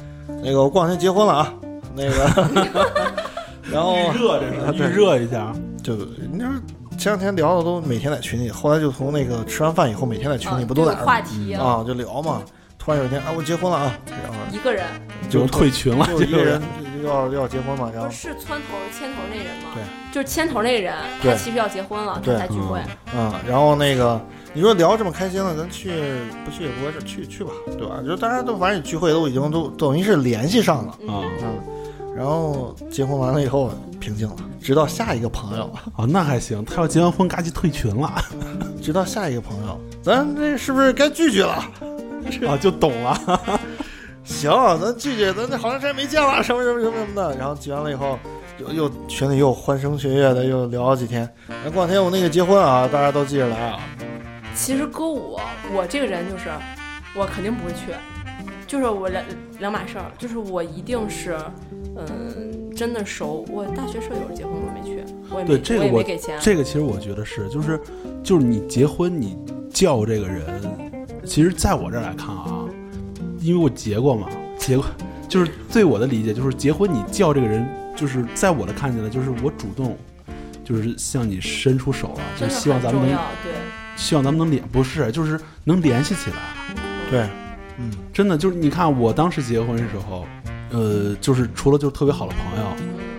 Speaker 4: 那个我过两天结婚了啊，那个， 然后
Speaker 7: 预热这是
Speaker 4: 啊
Speaker 7: 预
Speaker 4: 对
Speaker 7: 热一下，
Speaker 4: 就你说前两天聊的都每天在群里，后来就从那个吃完饭以后，每天在群里不都在
Speaker 6: 啊这个话题了
Speaker 4: 啊就聊嘛，突然有一天啊我结婚了啊，然后
Speaker 6: 一个人。
Speaker 7: 有人退群了，
Speaker 4: 就
Speaker 7: 这
Speaker 4: 一个
Speaker 7: 个
Speaker 4: 人要要结婚嘛，然后
Speaker 6: 不是窜头牵头那人吗？
Speaker 4: 对，
Speaker 6: 就是牵头那人，他
Speaker 4: 对
Speaker 6: 其实要结婚了，他
Speaker 4: 对
Speaker 6: 才聚会。
Speaker 4: 嗯，然后那个你说聊这么开心了，咱去不去也不合适，去去吧，对吧？就大家都反正聚会都已经都等于是联系上了，
Speaker 7: 啊
Speaker 4: 嗯，然后结婚完了以后平静了，直到下一个朋友，
Speaker 7: 啊，那还行。他要结完婚，嘎叽退群 了
Speaker 4: 直到下一个朋友，咱这是不是该聚聚了？
Speaker 7: 啊，就懂了。
Speaker 4: 行，咱聚聚，咱这好长时间没见了，什么什么什么什么的。然后聚完了以后，又又群里又欢声雀跃的又聊了几天。那过两天我那个结婚啊，大家都记着来啊。
Speaker 6: 其实歌舞，我这个人就是，我肯定不会去，就是我两两码事儿，就是我一定是，嗯，真的熟。我大学舍友结婚我没去，我也没
Speaker 7: 对这个
Speaker 6: 我也
Speaker 7: 我
Speaker 6: 没给钱。
Speaker 7: 这个其实我觉得是，就是就是你结婚，你叫这个人，其实在我这儿来看啊，因为我结过嘛，结过，就是对我的理解就是结婚你叫这个人，就是在我的看起来就是我主动，就是向你伸出手了，就
Speaker 6: 真
Speaker 7: 是
Speaker 6: 的
Speaker 7: 希望
Speaker 6: 很
Speaker 7: 咱们
Speaker 6: 重
Speaker 7: 能
Speaker 6: 要，对，
Speaker 7: 希望咱们能联，不是就是能联系起来。
Speaker 4: 对，
Speaker 7: 真的就是你看我当时结婚的时候，呃，就是除了就是特别好的朋友，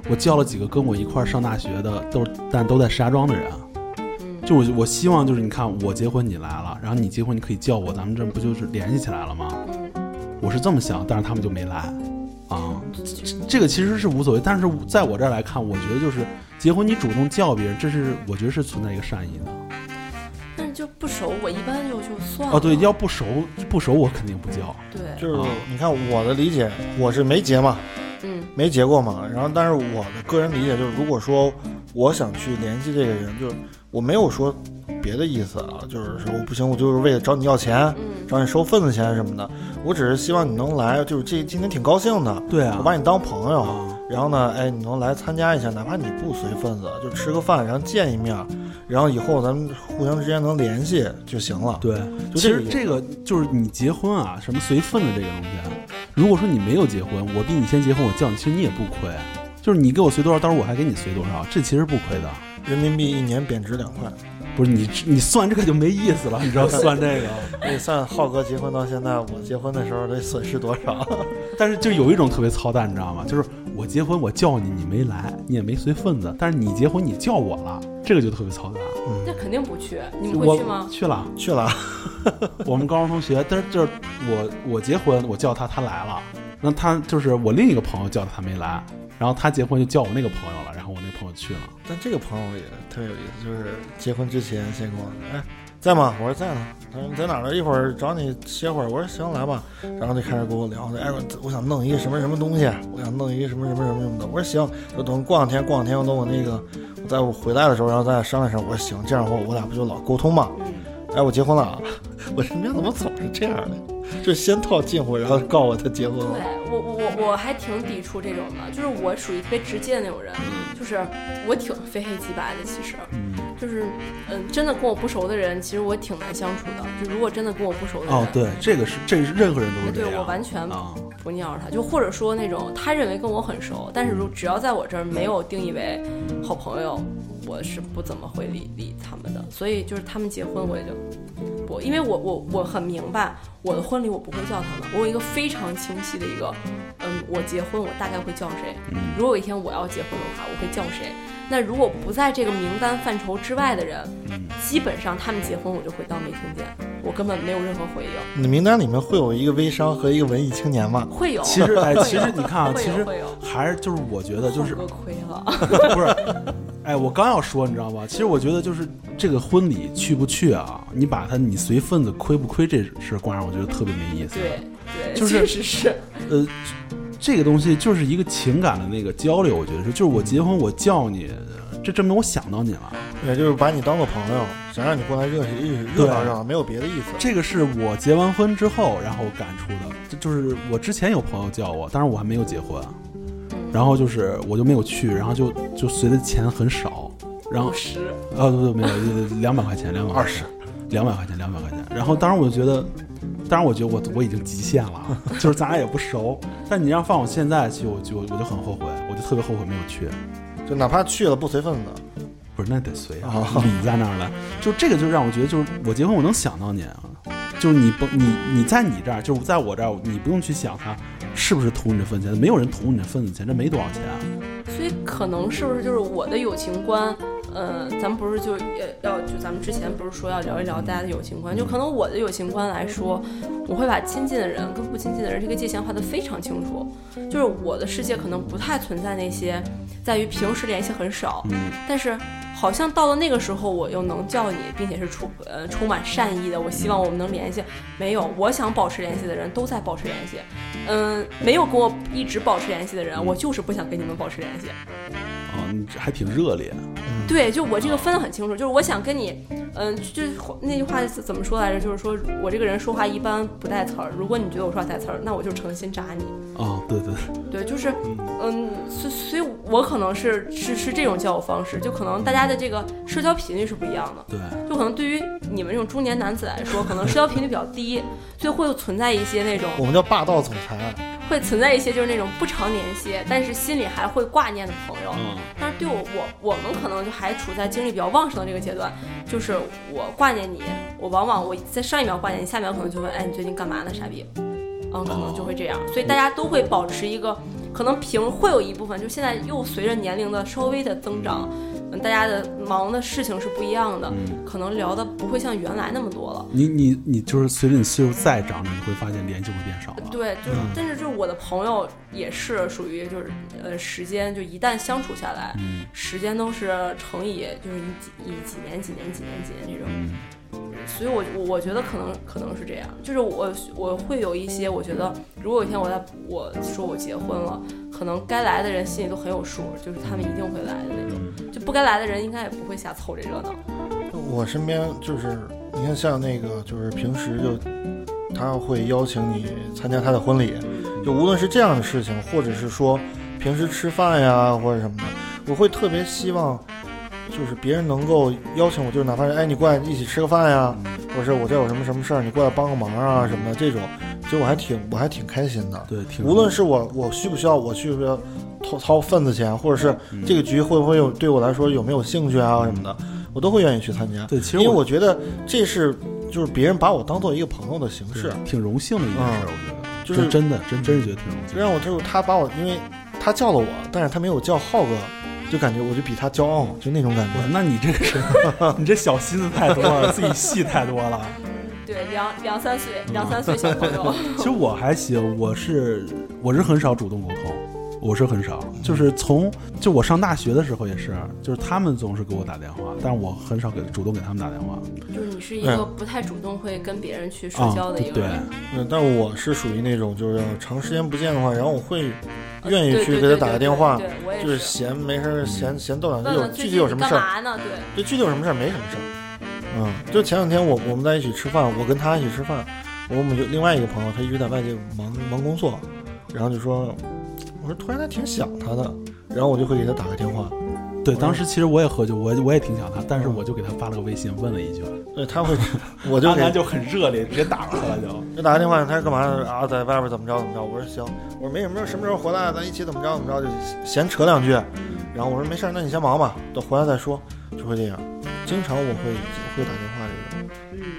Speaker 7: 我叫了几个跟我一块儿上大学的，都但都在石家庄的人。啊
Speaker 6: 嗯，
Speaker 7: 就我我希望就是你看我结婚你来了，然后你结婚你可以叫我，咱们这不就是联系起来了吗？
Speaker 6: 嗯
Speaker 7: 我是这么想，但是他们就没来。啊，这这个其实是无所谓，但是在我这儿来看，我觉得就是结婚你主动叫别人，这是我觉得是存在一个善意的。
Speaker 6: 但是就不熟，我一般就就算了。
Speaker 7: 哦，对，要不熟不熟我肯定不叫。
Speaker 6: 对，
Speaker 7: 嗯
Speaker 4: 就是你看我的理解，我是没结嘛，
Speaker 6: 嗯
Speaker 4: 没结过嘛。然后，但是我的个人理解就是，如果说我想去联系这个人，就是我没有说别的意思啊，就是说我不行，我就是为了找你要钱，
Speaker 6: 嗯，
Speaker 4: 找你收份子钱什么的。我只是希望你能来，就是这今天挺高兴的，
Speaker 7: 对啊
Speaker 4: 我，把你当朋友。
Speaker 7: 啊，
Speaker 4: 然后呢，哎，你能来参加一下，哪怕你不随份子，就吃个饭，然后见一面，然后以后咱们互相之间能联系就行
Speaker 6: 啊
Speaker 4: 了。
Speaker 7: 对，
Speaker 4: 就
Speaker 6: 嗯
Speaker 7: 其
Speaker 4: 这个
Speaker 7: 实
Speaker 4: 意思
Speaker 7: 这个就是你结婚啊，什么随份子这个东西啊，如果说你没有结婚，我比你先结婚，我叫你，其实你也不亏，就是你给我随多少，到时候我还给你随多少，这其实不亏的。
Speaker 4: 人民币一年贬值两块。
Speaker 7: 不是你你算这个就没意思了，你知道 算这个，
Speaker 4: 你算浩哥结婚到现在，我结婚的时候得损失多少？
Speaker 7: 但是就有一种特别操蛋，你知道吗？就是我结婚我叫你，你没来，你也没随份子，但是你结婚你叫我了，这个就特别操蛋。
Speaker 6: 那肯定不去，你们会去
Speaker 7: 我
Speaker 6: 吗？
Speaker 7: 去了，
Speaker 4: 去了，啊
Speaker 7: 我们高中同学，但是就是我我结婚我叫他，他来了，那他就是我另一个朋友叫他，他没来，然后他结婚就叫我那个朋友了，然后我那朋友去了，
Speaker 4: 但这个朋友也特别有意思，就是结婚之前先跟我哎在吗？我说在呢。他说你在哪儿呢？一会儿找你歇会儿。我说行，来吧。然后就开始跟我聊，哎，我我想弄一个什么什么东西，我想弄一个什么什么什么什么的。我说行，就等过两天，过两天我等我那个我在我回来的时候，然后咱俩商量商量。我说行，这样的话我俩不就老沟通吗？哎，我结婚了啊！ 我身边怎么总是这样的？就先套近乎，然后告我他结婚
Speaker 6: 对
Speaker 4: 了。
Speaker 6: 我我我我还挺抵触这种的，就是我属于特别直接的那种人，
Speaker 7: 嗯
Speaker 6: 就是我挺非黑即白的，其实，就是嗯，真的跟我不熟的人，其实我挺难相处的。就如果真的跟我不熟的人，
Speaker 7: 哦，对，这个是这是任何人都是
Speaker 6: 对
Speaker 7: 这样，
Speaker 6: 我完全
Speaker 7: 啊，
Speaker 6: 不尿着他，就或者说那种他认为跟我很熟，但是
Speaker 7: 嗯
Speaker 6: 如只要在我这儿没有定义为好朋友，我是不怎么会理理他们的。所以就是他们结婚，我也就我因为我我我很明白我的婚礼我不会叫他们，我有一个非常清晰的一个，嗯，我结婚我大概会叫谁。
Speaker 7: 嗯
Speaker 6: 如果有一天我要结婚的话，我会叫谁？那如果不在这个名单范畴之外的人，
Speaker 7: 嗯
Speaker 6: 基本上他们结婚我就会当没听见，我根本没有任何回应。
Speaker 4: 你名单里面会有一个微商和一个文艺青年吗？
Speaker 6: 会有，
Speaker 7: 其实哎，
Speaker 6: 会有
Speaker 7: 其实你看啊，
Speaker 6: 会有
Speaker 7: 其实
Speaker 6: 会有
Speaker 7: 还是就是我觉得就是
Speaker 6: 吃个亏了。
Speaker 7: 不是，哎，我刚要说，你知道吗？其实我觉得就是这个婚礼去不去啊，你把它你随份子亏不亏这事儿，关上我觉得特别没意思。
Speaker 6: 对对，
Speaker 7: 就是
Speaker 6: 确实是，
Speaker 7: 呃，这个东西就是一个情感的那个交流，我觉得是，就是我结婚我叫你，这证明我想到你了，
Speaker 4: 也就是把你当做朋友，想让你过来热识认识热闹热闹，没有别的意思。
Speaker 7: 这个是我结完婚之后然后感触的，这就是我之前有朋友叫我，但是我还没有结婚，啊然后就是我就没有去，然后就就随的钱很少，然后
Speaker 6: 五十，
Speaker 7: 啊，对对，没有，两百块钱，两百
Speaker 4: 20，
Speaker 7: 两百块钱，两百块钱。然后当时我就觉得，当然我觉得我我已经极限了，啊 就是咱俩也不熟。但你让放我现在去，我就我就很后悔，我就特别后悔没有去。
Speaker 4: 就哪怕去了不随份子，
Speaker 7: 不是，那得随啊，理在那儿了。就这个就让我觉得，就是我结婚我能想到你啊，就是你不你你在你这儿，就是在我这儿，你不用去想他是不是图你这份钱，没有人图你这份子钱，这没多少钱。啊
Speaker 6: 所以可能是不是就是我的友情观？呃，咱们不是就也要就咱们之前不是说要聊一聊大家的友情观？就可能我的友情观来说，我会把亲近的人跟不亲近的人这个界限画得非常清楚。就是我的世界可能不太存在那些在于平时联系很少，
Speaker 7: 嗯
Speaker 6: 但是好像到了那个时候，我又能叫你，并且是充呃充满善意的。我希望我们能联系。没有，我想保持联系的人都在保持联系。嗯，没有跟我一直保持联系的人，我就是不想跟你们保持联系。
Speaker 7: 啊，你这还挺热烈。啊
Speaker 6: 对，就我这个分得很清楚，就是我想跟你，嗯，就是那句话怎么说来着？就是说我这个人说话一般不带词儿，如果你觉得我说话带词儿，那我就诚心扎你。
Speaker 7: 啊，对对，
Speaker 6: 对，就是，嗯，所以所以，我可能是是是这种交友方式，就可能大家的这个社交频率是不一样的。
Speaker 7: 对，
Speaker 6: 就可能对于你们这种中年男子来说，可能社交频率比较低，所以会存在一些那种
Speaker 4: 我们叫霸道总裁。
Speaker 6: 会存在一些就是那种不常联系，但是心里还会挂念的朋友。
Speaker 7: 嗯。
Speaker 6: 但是对我我我们可能就还处在精力比较旺盛的这个阶段，就是我挂念你，我往往我在上一秒挂念你，下一秒可能就问，哎，你最近干嘛呢，傻逼？嗯，可能就会这样，所以大家都会保持一个，可能平会有一部分，就现在又随着年龄的稍微的增长，嗯，大家的忙的事情是不一样的，
Speaker 7: 嗯
Speaker 6: 可能聊的不会像原来那么多了。
Speaker 7: 你你你就是随着你岁数再长，你会发现联系会变少啊了。
Speaker 6: 对，就是，但是就是我的朋友也是属于就是呃，时间就一旦相处下来，
Speaker 7: 嗯
Speaker 6: 时间都是乘以就是以几以几年几年几年几年这种，
Speaker 7: 嗯
Speaker 6: 所以我我我觉得可能可能是这样，就是我我会有一些我觉得，如果有一天我在我说我结婚了，可能该来的人心里都很有数，就是他们一定会来的
Speaker 7: 嗯
Speaker 6: 那种，就不该来的人应该也不会瞎凑这热闹。
Speaker 4: 我身边就是，你看像那个，就是平时就他会邀请你参加他的婚礼，就无论是这样的事情，或者是说平时吃饭呀或者什么的，我会特别希望就是别人能够邀请我，就是哪怕是哎你过来一起吃个饭呀，或者是我这有什么什么事儿你过来帮个忙啊什么的这种，其实我还挺我还挺开心的。
Speaker 7: 对，挺
Speaker 4: 无论是我我需不需要，我需不需要掏掏份子钱，或者是
Speaker 7: 嗯
Speaker 4: 这个局会不会有对我来说有没有兴趣啊什么的，我都会愿意去参加。
Speaker 7: 嗯对，其实
Speaker 4: 因为
Speaker 7: 我
Speaker 4: 我觉得这是就是别人把我当做一个朋友的形式
Speaker 7: 是，挺荣幸的一件事，我觉得，
Speaker 4: 嗯就
Speaker 7: 真
Speaker 4: 是嗯
Speaker 7: 真的真真是觉得挺荣幸的。
Speaker 4: 让我就是他把我，因为他叫了我，但是他没有叫浩哥，就感觉我就比他骄傲，就那种感
Speaker 7: 我
Speaker 4: 觉。
Speaker 7: 那你这个是，你这小心思太多了，自己戏太多了。
Speaker 6: 对，两两三岁两三岁小朋友，
Speaker 7: 其实我还行，我是我是很少主动沟通，我是很少，就是从就我上大学的时候也是，就是他们总是给我打电话，但我很少给主动给他们打电话。
Speaker 6: 就是你是一
Speaker 4: 对
Speaker 6: 个不太主动会跟别人去社
Speaker 7: 啊
Speaker 6: 交的一个
Speaker 7: 对
Speaker 6: 人。
Speaker 4: 嗯，但我是属于那种就是长时间不见的话，然后我会愿意
Speaker 6: 呃对
Speaker 4: 去给
Speaker 6: 对
Speaker 4: 他
Speaker 6: 对
Speaker 4: 打
Speaker 6: 对
Speaker 4: 个电
Speaker 6: 对
Speaker 4: 话
Speaker 6: 对，我也
Speaker 4: 就是
Speaker 6: 是
Speaker 4: 闲没
Speaker 7: 嗯
Speaker 4: 事儿闲闲逗两句，
Speaker 6: 问
Speaker 4: 有
Speaker 6: 问
Speaker 4: 具
Speaker 6: 最
Speaker 4: 体
Speaker 6: 近
Speaker 4: 有
Speaker 6: 你
Speaker 4: 什么
Speaker 6: 干
Speaker 4: 事儿。
Speaker 6: 嘛呢？对，
Speaker 4: 对，具体有什么事儿没什么事儿。嗯，就前两天我我们在一起吃饭，我跟他一起吃饭，我们有另外一个朋友，他一直在外地忙忙工作，然后就说，我说突然还挺想他的，然后我就会给他打个电话，
Speaker 7: 对，当时其实我也喝酒，我我也挺想他，但是我就给他发了个微信问了一句，
Speaker 4: 对，他会， 我啊就
Speaker 7: 当
Speaker 4: 给
Speaker 7: 然就很热烈，直接打过来就。
Speaker 4: 就打个电话，他是干嘛啊？在外边怎么着怎么着？我说行，我说没什么事儿，什么时候回来咱一起怎么着怎么着，就闲扯两句。然后我说没事儿，那你先忙吧，等回来再说，就会这样。经常我会会打电话这种，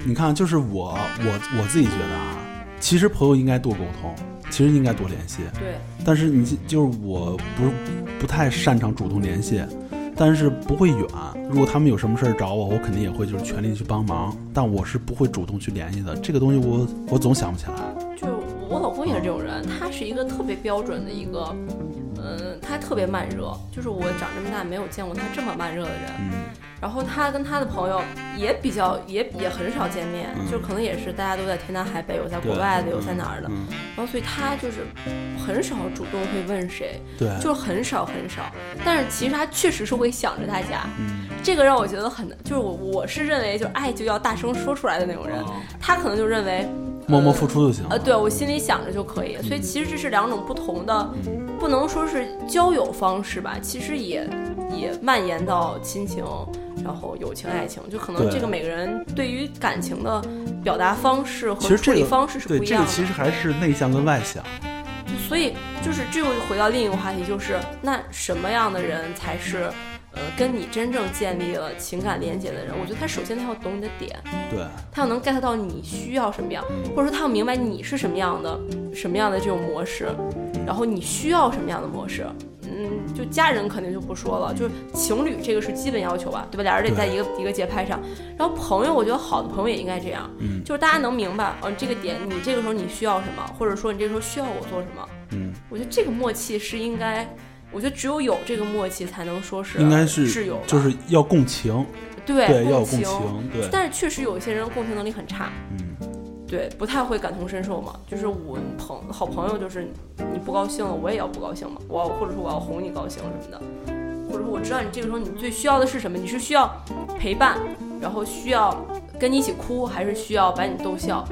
Speaker 7: 你看，就是我我我自己觉得啊，其实朋友应该多沟通，其实应该多联系。
Speaker 6: 对，
Speaker 7: 但是你就是我不是不太擅长主动联系，但是不会远。如果他们有什么事儿找我，我肯定也会就是全力去帮忙，但我是不会主动去联系的。这个东西我我总想不起来。
Speaker 6: 就是我老公也是这种人，他是一个特别标准的一个，嗯，他特别慢热，就是我长这么大没有见过他这么慢热的人。
Speaker 7: 嗯，
Speaker 6: 然后他跟他的朋友也比较也也很少见面，
Speaker 7: 嗯
Speaker 6: 就可能也是大家都在天南海北，有在
Speaker 7: 对
Speaker 6: 国外的，有在哪儿的，
Speaker 7: 嗯，
Speaker 6: 然后所以他就是很少主动会问谁，
Speaker 7: 对，
Speaker 6: 就是很少很少。但是其实他确实是会想着大家，
Speaker 7: 嗯，
Speaker 6: 这个让我觉得很，就是我我是认为就是爱就要大声说出来的那种人，
Speaker 7: 哦
Speaker 6: 他可能就认为
Speaker 7: 默默付出就行了。
Speaker 6: 呃，对我心里想着就可以，
Speaker 7: 嗯
Speaker 6: 所以其实这是两种不同的，不能说是交友方式吧，其实也也蔓延到亲情，然后友情、爱情，就可能
Speaker 7: 对
Speaker 6: 这个每个人对于感情的表达方式
Speaker 7: 其实
Speaker 6: 和处
Speaker 7: 这
Speaker 6: 理
Speaker 7: 个
Speaker 6: 方式是不
Speaker 7: 对
Speaker 6: 一
Speaker 7: 这
Speaker 6: 样
Speaker 7: 个
Speaker 6: 的。
Speaker 7: 其实还是内向跟外向。
Speaker 6: 所以就是这又回到另一个话题，就是那什么样的人才是？呃，跟你真正建立了情感连接的人，我觉得他首先他要懂你的点，
Speaker 7: 对，
Speaker 6: 他要能 get 到你需要什么样，或者说他要明白你是什么样的、什么样的这种模式，然后你需要什么样的模式。嗯，就家人肯定就不说了，就是情侣这个是基本要求吧，对吧？俩人得在一个一个节拍上。然后朋友，我觉得好的朋友也应该这样，
Speaker 7: 嗯
Speaker 6: 就是大家能明白，嗯、这个点你这个时候你需要什么，或者说你这个时候需要我做什么。
Speaker 7: 嗯，
Speaker 6: 我觉得这个默契是应该，我觉得只有有这个默契才能说是
Speaker 7: 应该是
Speaker 6: 挚友吧，
Speaker 7: 就是要共情，
Speaker 6: 对
Speaker 7: 对，要有共
Speaker 6: 共
Speaker 7: 情，对，
Speaker 6: 但是确实有一些人共情能力很差，
Speaker 7: 嗯，
Speaker 6: 对，不太会感同身受嘛。就是我朋好朋友，就是你不高兴了，我也要不高兴嘛。我要或者说我要哄你高兴什么的，或者说我知道你这个时候你最需要的是什么，你是需要陪伴，然后需要跟你一起哭，还是需要把你逗笑？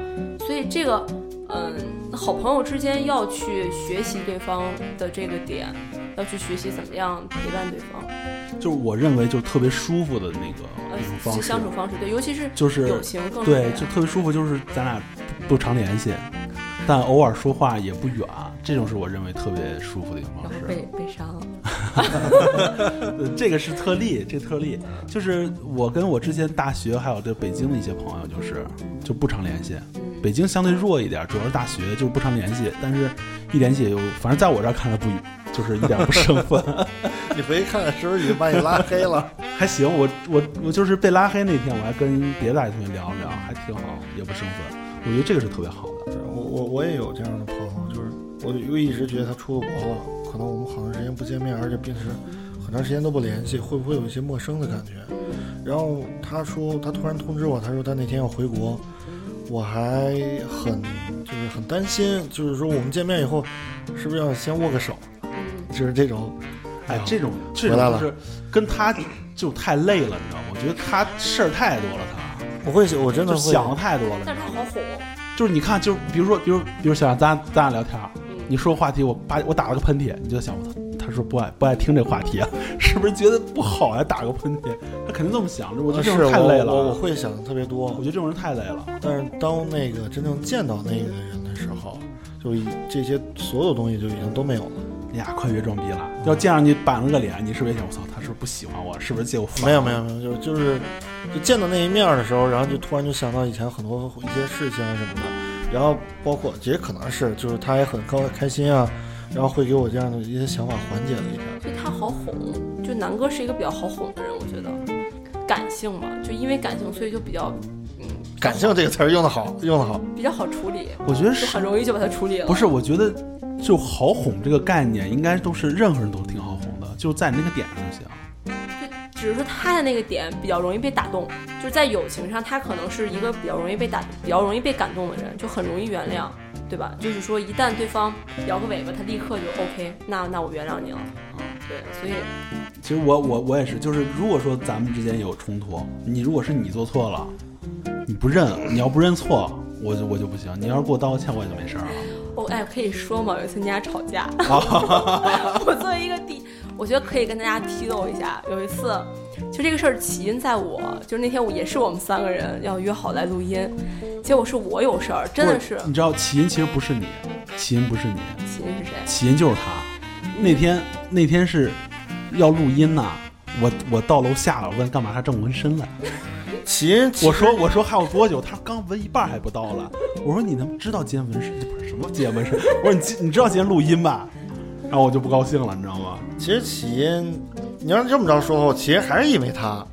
Speaker 6: 所以这个，嗯，好朋友之间要去学习对方的这个点，要去学习怎么样陪伴对方，
Speaker 7: 就是我认为就是特别舒服的那个一种
Speaker 6: 呃，
Speaker 7: 嗯方
Speaker 6: 是
Speaker 7: 式，
Speaker 6: 相处方式，对，尤其是
Speaker 7: 就是
Speaker 6: 友情更啊
Speaker 7: 对，
Speaker 6: 这
Speaker 7: 就
Speaker 6: 样
Speaker 7: 特别舒服，就是咱俩不常联系，但偶尔说话也不远，这种是我认为特别舒服的一种方
Speaker 6: 然后
Speaker 7: 式。
Speaker 6: 被被删了。
Speaker 7: 呃这个是特例，这个特例就是我跟我之前大学还有这北京的一些朋友，就是就不常联系。北京相对弱一点，主要是大学就是不常联系，但是一联系也就，反正在我这儿看来不语，就是一点不生分。
Speaker 4: 你回去看看是不是已经把你拉黑了？
Speaker 7: 还行，我我我就是被拉黑那天，我还跟别的大学同学聊了聊，还挺好，也不生分。我觉得这个是特别好的。
Speaker 4: 是我我我也有这样的朋友，就是我我一直觉得他出了国了，可能我们好长时间不见面，而且并是很长时间都不联系，会不会有一些陌生的感觉？然后他说他突然通知我，他说他那天要回国，我还很就是很担心，就是说我们见面以后是不是要先握个手，
Speaker 6: 嗯
Speaker 4: 就是这种。
Speaker 7: 哎
Speaker 4: 呀，
Speaker 7: 这种这
Speaker 4: 回来
Speaker 7: 种
Speaker 4: 了
Speaker 7: 就是跟他就太累了，你知道吗？我觉得他事儿太多了，他
Speaker 4: 我会我真的
Speaker 7: 就
Speaker 4: 会
Speaker 7: 想的太多了。
Speaker 6: 但是他好哦哄，
Speaker 7: 就是你看，就是比如说，比如比如小杨，咱咱俩聊天儿，啊
Speaker 6: 嗯
Speaker 7: 你说个话题，我把我打了个喷嚏，你就在想我操，他说不爱不爱听这话题啊， 是不是觉得不好呀、打个喷嚏，他肯定这么想着。我觉得
Speaker 4: 啊是
Speaker 7: 这种人太累了，
Speaker 4: 我我我会想的特别多，
Speaker 7: 我觉得这种人太累了。
Speaker 4: 但是当那个真正见到那个人的时候，就已这些所有东西就已经都没有了，
Speaker 7: 哎呀，快别装逼了，要见着你板了个脸，你是不是也想我操，他是不是不喜欢我？是不是借我烦
Speaker 4: 没有没有没有，就就是就见到那一面的时候，然后就突然就想到以前很多一些事情啊什么的，然后包括也可能是就是他也很高开心啊，然后会给我这样的一些想法缓解了一下。
Speaker 6: 就他好哄。就南哥是一个比较好哄的人，我觉得感性嘛，就因为感性，所以就比较嗯
Speaker 4: 感性这个词儿用的好，用的好，
Speaker 6: 比较好处理，
Speaker 7: 我觉得
Speaker 6: 就是很容易就把他处理 了。
Speaker 7: 不，是，我觉得就好哄这个概念，应该都是任何人都挺好哄的，就在你那个点上就行。
Speaker 6: 就只是说他的那个点比较容易被打动，就是在友情上，他可能是一个比较容易被打、比较容易被感动的人，就很容易原谅，对吧？就是说，一旦对方摇个尾巴，他立刻就 OK，那那我原谅你了。嗯，对，所以
Speaker 7: 其实我我我也是，就是如果说咱们之间有冲突，你如果是你做错了，你不认，你要不认错，我就我就不行。你要是给我道个歉，我也就没事儿 了。啊
Speaker 6: 哦，哎，可以说嘛，有一次你俩吵架， 我作为一个第，我觉得可以跟大家披露一下，有一次，就这个事儿起因在我，就是那天我也是我们三个人要约好来录音，结果是我有事儿，真的是
Speaker 7: 不你知道起因其实不是你，起因不是你，
Speaker 6: 起因是谁？
Speaker 7: 起因就是他。那天那天是要录音呐、我我到楼下了，我问干嘛，他正纹身来。
Speaker 4: 起因其
Speaker 7: 我说我说还有多久？他说刚纹一半还不到了。我说你能知道今天纹身不是什么今天纹身？我说你今你知道今天录音吧？然后我就不高兴了，你知道吗？
Speaker 4: 其实起因，你要这么着说的话，我其实还是因为他。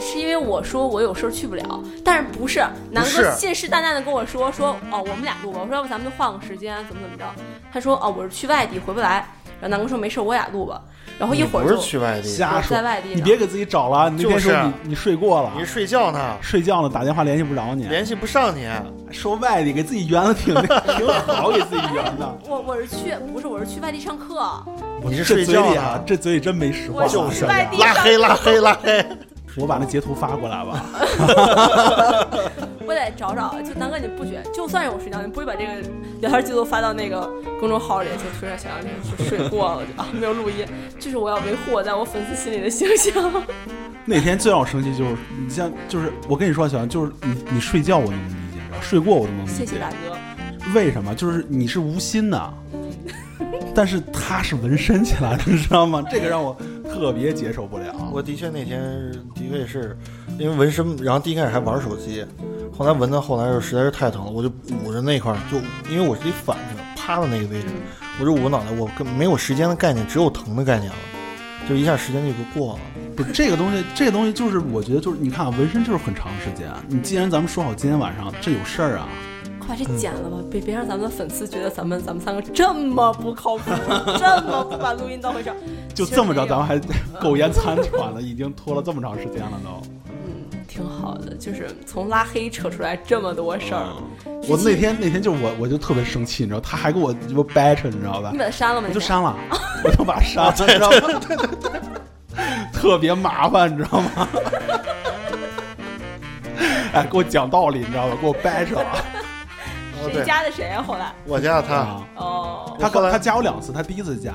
Speaker 6: 是因为我说我有事儿去不了，但是不是南哥
Speaker 4: 是
Speaker 6: 信誓旦旦的跟我说说哦我们俩录吧，我说要不咱们就换个时间怎么怎么着，他说哦我是去外地回不来，然后南哥说没事儿我俩录吧，然后一
Speaker 4: 你
Speaker 6: 会儿
Speaker 4: 不
Speaker 6: 就是
Speaker 4: 去外地，
Speaker 7: 瞎
Speaker 6: 我
Speaker 7: 说
Speaker 6: 在，外地
Speaker 7: 你
Speaker 6: 呢，
Speaker 7: 别给自己找了。你那天说
Speaker 4: 就是
Speaker 7: 你你睡过了
Speaker 4: 你，睡觉呢，
Speaker 7: 睡觉呢，打电话联系不着你，
Speaker 4: 联系不上你。啊
Speaker 7: 说外地给自己圆了挺挺好，给自己圆的。
Speaker 6: 我我是去不是我是去外地上课，
Speaker 7: 我
Speaker 4: 你是
Speaker 7: 这
Speaker 4: 睡
Speaker 7: 嘴
Speaker 4: 觉
Speaker 7: 里
Speaker 4: 呢
Speaker 7: 啊，这嘴里真没实话。
Speaker 6: 我是外地
Speaker 4: 拉
Speaker 6: 上，
Speaker 4: 黑拉黑拉黑，
Speaker 7: 我把那截图发过来吧。
Speaker 6: 我得找找。就南哥你不觉，就算是我睡觉，你不会把这个聊天记录发到那个公众号里，就推上小杨这睡过了，就啊没有录音，就是我要维护我在我粉丝心里的形象。
Speaker 7: 那天最让我生气就是你像就是我跟你说小杨，就是你你睡觉我都能理解，然后睡过我都能理解。
Speaker 6: 谢谢大哥。
Speaker 7: 为什么？就是你是无心的， 但是他是纹身起来的，你知道 吗？这个让我特别接受不了。
Speaker 4: 我的确那天的确是因为纹身，然后第一开始还玩手机，后来纹到后来又实在是太疼了，我就捂着那块儿，就因为我是一反着趴的那个位置，我就捂脑袋，我根本没有时间的概念，只有疼的概念了，就一下时间就给过了。
Speaker 7: 不是这个东西，这个东西就是我觉得就是你看啊，纹身就是很长时间。你既然咱们说好今天晚上这有事儿啊，
Speaker 6: 快把这剪了吧，别别让咱们的粉丝觉得咱们咱们三个这么不靠谱，这么不把录音当回事儿。
Speaker 7: 就这么着，
Speaker 6: 其实
Speaker 7: 咱们还 苟延残喘了，已经拖了这么长时间了都。
Speaker 6: 挺好的，就是从拉黑扯出来这么多事儿。
Speaker 7: 哦我那天那天就我我就特别生气，你知道，他还给我我掰扯，你知道吧
Speaker 6: 你？把它删了吗？
Speaker 7: 我
Speaker 6: 那
Speaker 7: 就
Speaker 6: 天
Speaker 7: 删了，我就把它删了，你知道吗？ 对对对，特别麻烦，你知道吗？哎，给我讲道理，你知道吧？给我掰扯了。
Speaker 4: 哦，
Speaker 6: 谁
Speaker 4: 对，
Speaker 6: 加的谁啊？后来
Speaker 4: 我家的他
Speaker 7: 啊，
Speaker 6: 哦，
Speaker 7: 他
Speaker 4: 我后来
Speaker 7: 他加我两次，他第一次加，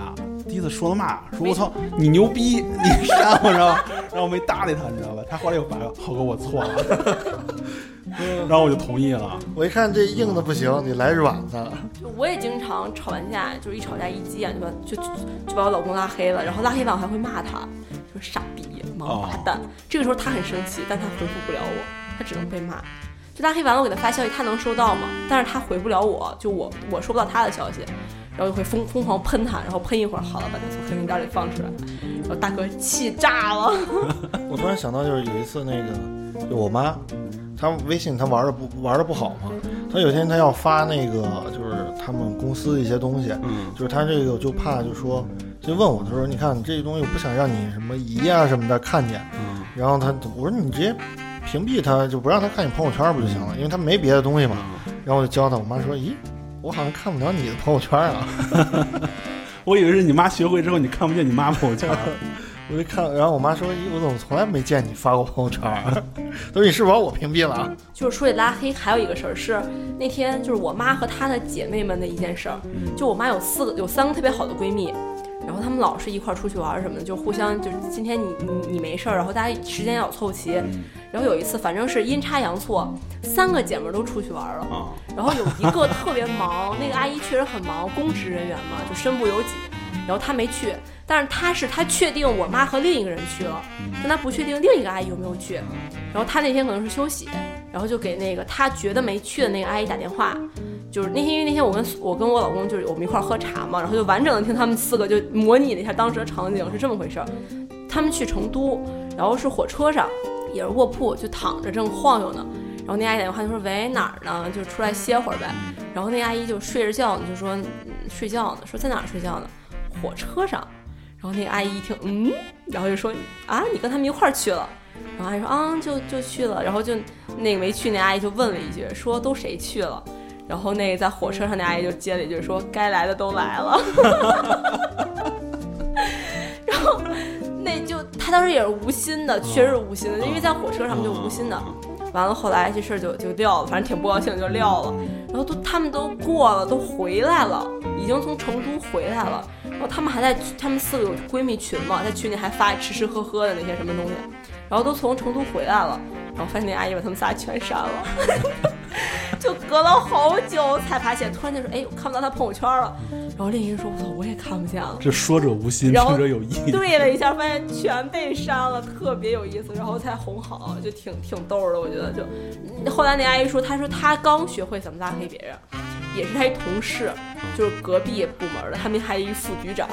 Speaker 7: 第一次说了骂，说我操你牛逼，你删我，然后然后我没搭理他，你知道吧？他后来又反了，浩哥我错了， 然后我就同意了。
Speaker 4: 我一看这硬的不行，你来软的，
Speaker 6: 就我也经常吵完架，就是一吵架一急眼就把就就就把我老公拉黑了，然后拉黑完我还会骂他，就是傻逼、王八蛋。这个时候他很生气，但他回复不了我，他只能被骂。就拉黑完了，我给他发消息，他能收到吗？但是他回不了我，就我我收不到他的消息，然后就会疯疯狂喷他，然后喷一会儿，好了，把他从黑名单里放出来，然后大哥气炸了。
Speaker 4: 我突然想到，就是有一次那个，就我妈，她微信她玩的不玩的不好嘛，她有一天她要发那个就是他们公司的一些东西，
Speaker 7: 嗯
Speaker 4: 就是她这个就怕就说就问我，她说你看你这东西我不想让你什么姨啊什么的看见，
Speaker 7: 嗯
Speaker 4: 然后她我说你直接屏蔽她，就不让她看你朋友圈不就行了，因为她没别的东西嘛。然后我就教她，我妈说咦，我好像看不了你的朋友圈啊。
Speaker 7: 我以为是你妈学会之后你看不见你妈啊朋友 圈儿，
Speaker 4: 我就看，然后我妈说：“咦，我怎么从来没见你发过朋友圈儿？”啊 她说：“你是不是把我屏蔽了啊
Speaker 6: 就是说起拉黑，还有一个事儿是那天就是我妈和她的姐妹们的一件事儿。就我妈有四个，有三个特别好的闺蜜，然后她们老是一块儿出去玩儿什么的，就互相就是今天你你你没事儿，然后大家时间要凑齐。然后有一次，反正是阴差阳错，三个姐们儿都出去玩儿了。
Speaker 7: 啊
Speaker 6: 然后有一个特别忙，那个阿姨确实很忙，公职人员嘛，就身不由己。然后她没去，但是她是她确定我妈和另一个人去了，但她不确定另一个阿姨有没有去。然后她那天可能是休息，然后就给那个她觉得没去的那个阿姨打电话。就是那天，因为那天我跟我跟我老公就是我们一块儿喝茶嘛，然后就完整的听他们四个就模拟了一下当时的场景是这么回事儿。他们去成都，然后是火车上，也是卧铺，就躺着正晃悠呢。然后那阿姨打电话就说：“喂，哪儿呢？就出来歇会儿呗。”然后那阿姨就睡着觉呢，就说嗯：“睡觉呢。”说在哪儿睡觉呢？火车上。然后那阿姨一听，嗯，然后就说：“啊，你跟他们一块儿去了？”然后阿姨说：“啊，就就去了。”然后就那个没去那阿姨就问了一句，说：“都谁去了？”然后那个在火车上那阿姨就接了一句说：“该来的都来了。” 然后那就他当时也是无心的，确实是无心的，因为在火车上面就无心的。完了，后来这事儿就就撂了，反正挺不高兴，就撂了。然后都他们都过了，都回来了，已经从成都回来了。然后他们还在，他们四个有闺蜜群嘛，在群里还发吃吃喝喝的那些什么东西，然后都从成都回来了，然后发现那阿姨把他们仨全删了， 就隔了好久才发现，突然间说，哎，我看不到他朋友圈了。然后另一个人说，我操，我也看不见了。
Speaker 7: 这说者无心，
Speaker 6: 然后
Speaker 7: 听者有意。
Speaker 6: 对了一下，发现全被删了，特别有意思，然后才哄好，就挺挺逗儿的，我觉得就。嗯后来那阿姨说，她说她刚学会怎么拉黑别人，也是她一同事，就是隔壁部门的，他们还有一副局长，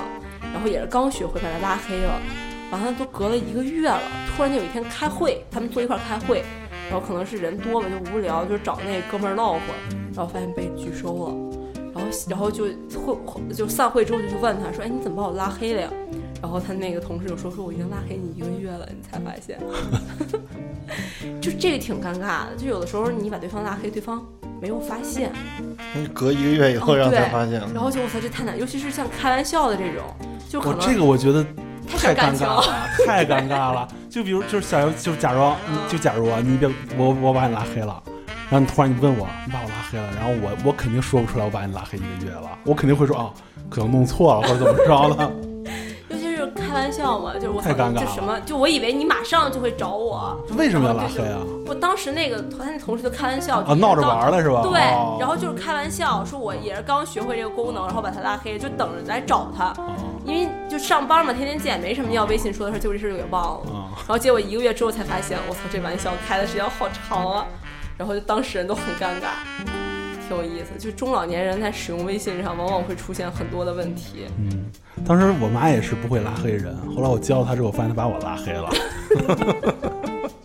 Speaker 6: 然后也是刚学会把他拉黑了，完了都隔了一个月了，突然间有一天开会，他们坐一块儿开会，然后可能是人多嘛，就无聊，就找那哥们儿唠会儿，然后发现被拒收了。然后，然后就会就散会之后就去问他说：“哎，你怎么把我拉黑了呀？”然后他那个同事就说：“说我已经拉黑你一个月了，你才发现。”就这个挺尴尬的，就有的时候你把对方拉黑，对方没有发现，？”
Speaker 4: 嗯隔一个月以后，
Speaker 6: 哦
Speaker 4: 然后才
Speaker 6: 对
Speaker 4: 发现。
Speaker 6: 然后就我操，这太难，尤其是像开玩笑的这种，就可
Speaker 7: 我
Speaker 6: 能
Speaker 7: 这个我觉得太
Speaker 6: 太尴
Speaker 7: 尴
Speaker 6: 尬
Speaker 7: 尬了，太尴尬了。就比如就是假如就假如
Speaker 6: 嗯
Speaker 7: 就假如啊，你别我我把你拉黑了，然后你突然你问我你把我拉黑了，然后我我肯定说不出来我把你拉黑一个月了，我肯定会说啊、可能弄错了或者怎么着 的。
Speaker 6: 尤其是开玩笑嘛，就是我
Speaker 7: 太尴尬
Speaker 6: 就
Speaker 7: 了
Speaker 6: 什么，就我以为你马上就会找我，
Speaker 7: 为什么要拉黑啊？
Speaker 6: 我当时那个他那同事就开玩笑，
Speaker 7: 啊，闹着玩儿了是吧？
Speaker 6: 对
Speaker 7: 哦，
Speaker 6: 然后就是开玩笑说，我也是刚学会这个功能，然后把他拉黑，就等着来找他，
Speaker 7: 哦
Speaker 6: 因为就上班嘛，天天见，没什么要微信说的事儿，就这事儿就给忘了。
Speaker 7: 啊
Speaker 6: 然后结果一个月之后才发现，我操，这玩笑开的时间好长啊，然后就当事人都很尴尬，挺有意思。就中老年人在使用微信上，往往会出现很多的问题。
Speaker 7: 嗯，当时我妈也是不会拉黑人，后来我教她之后，我发现她把我拉黑了。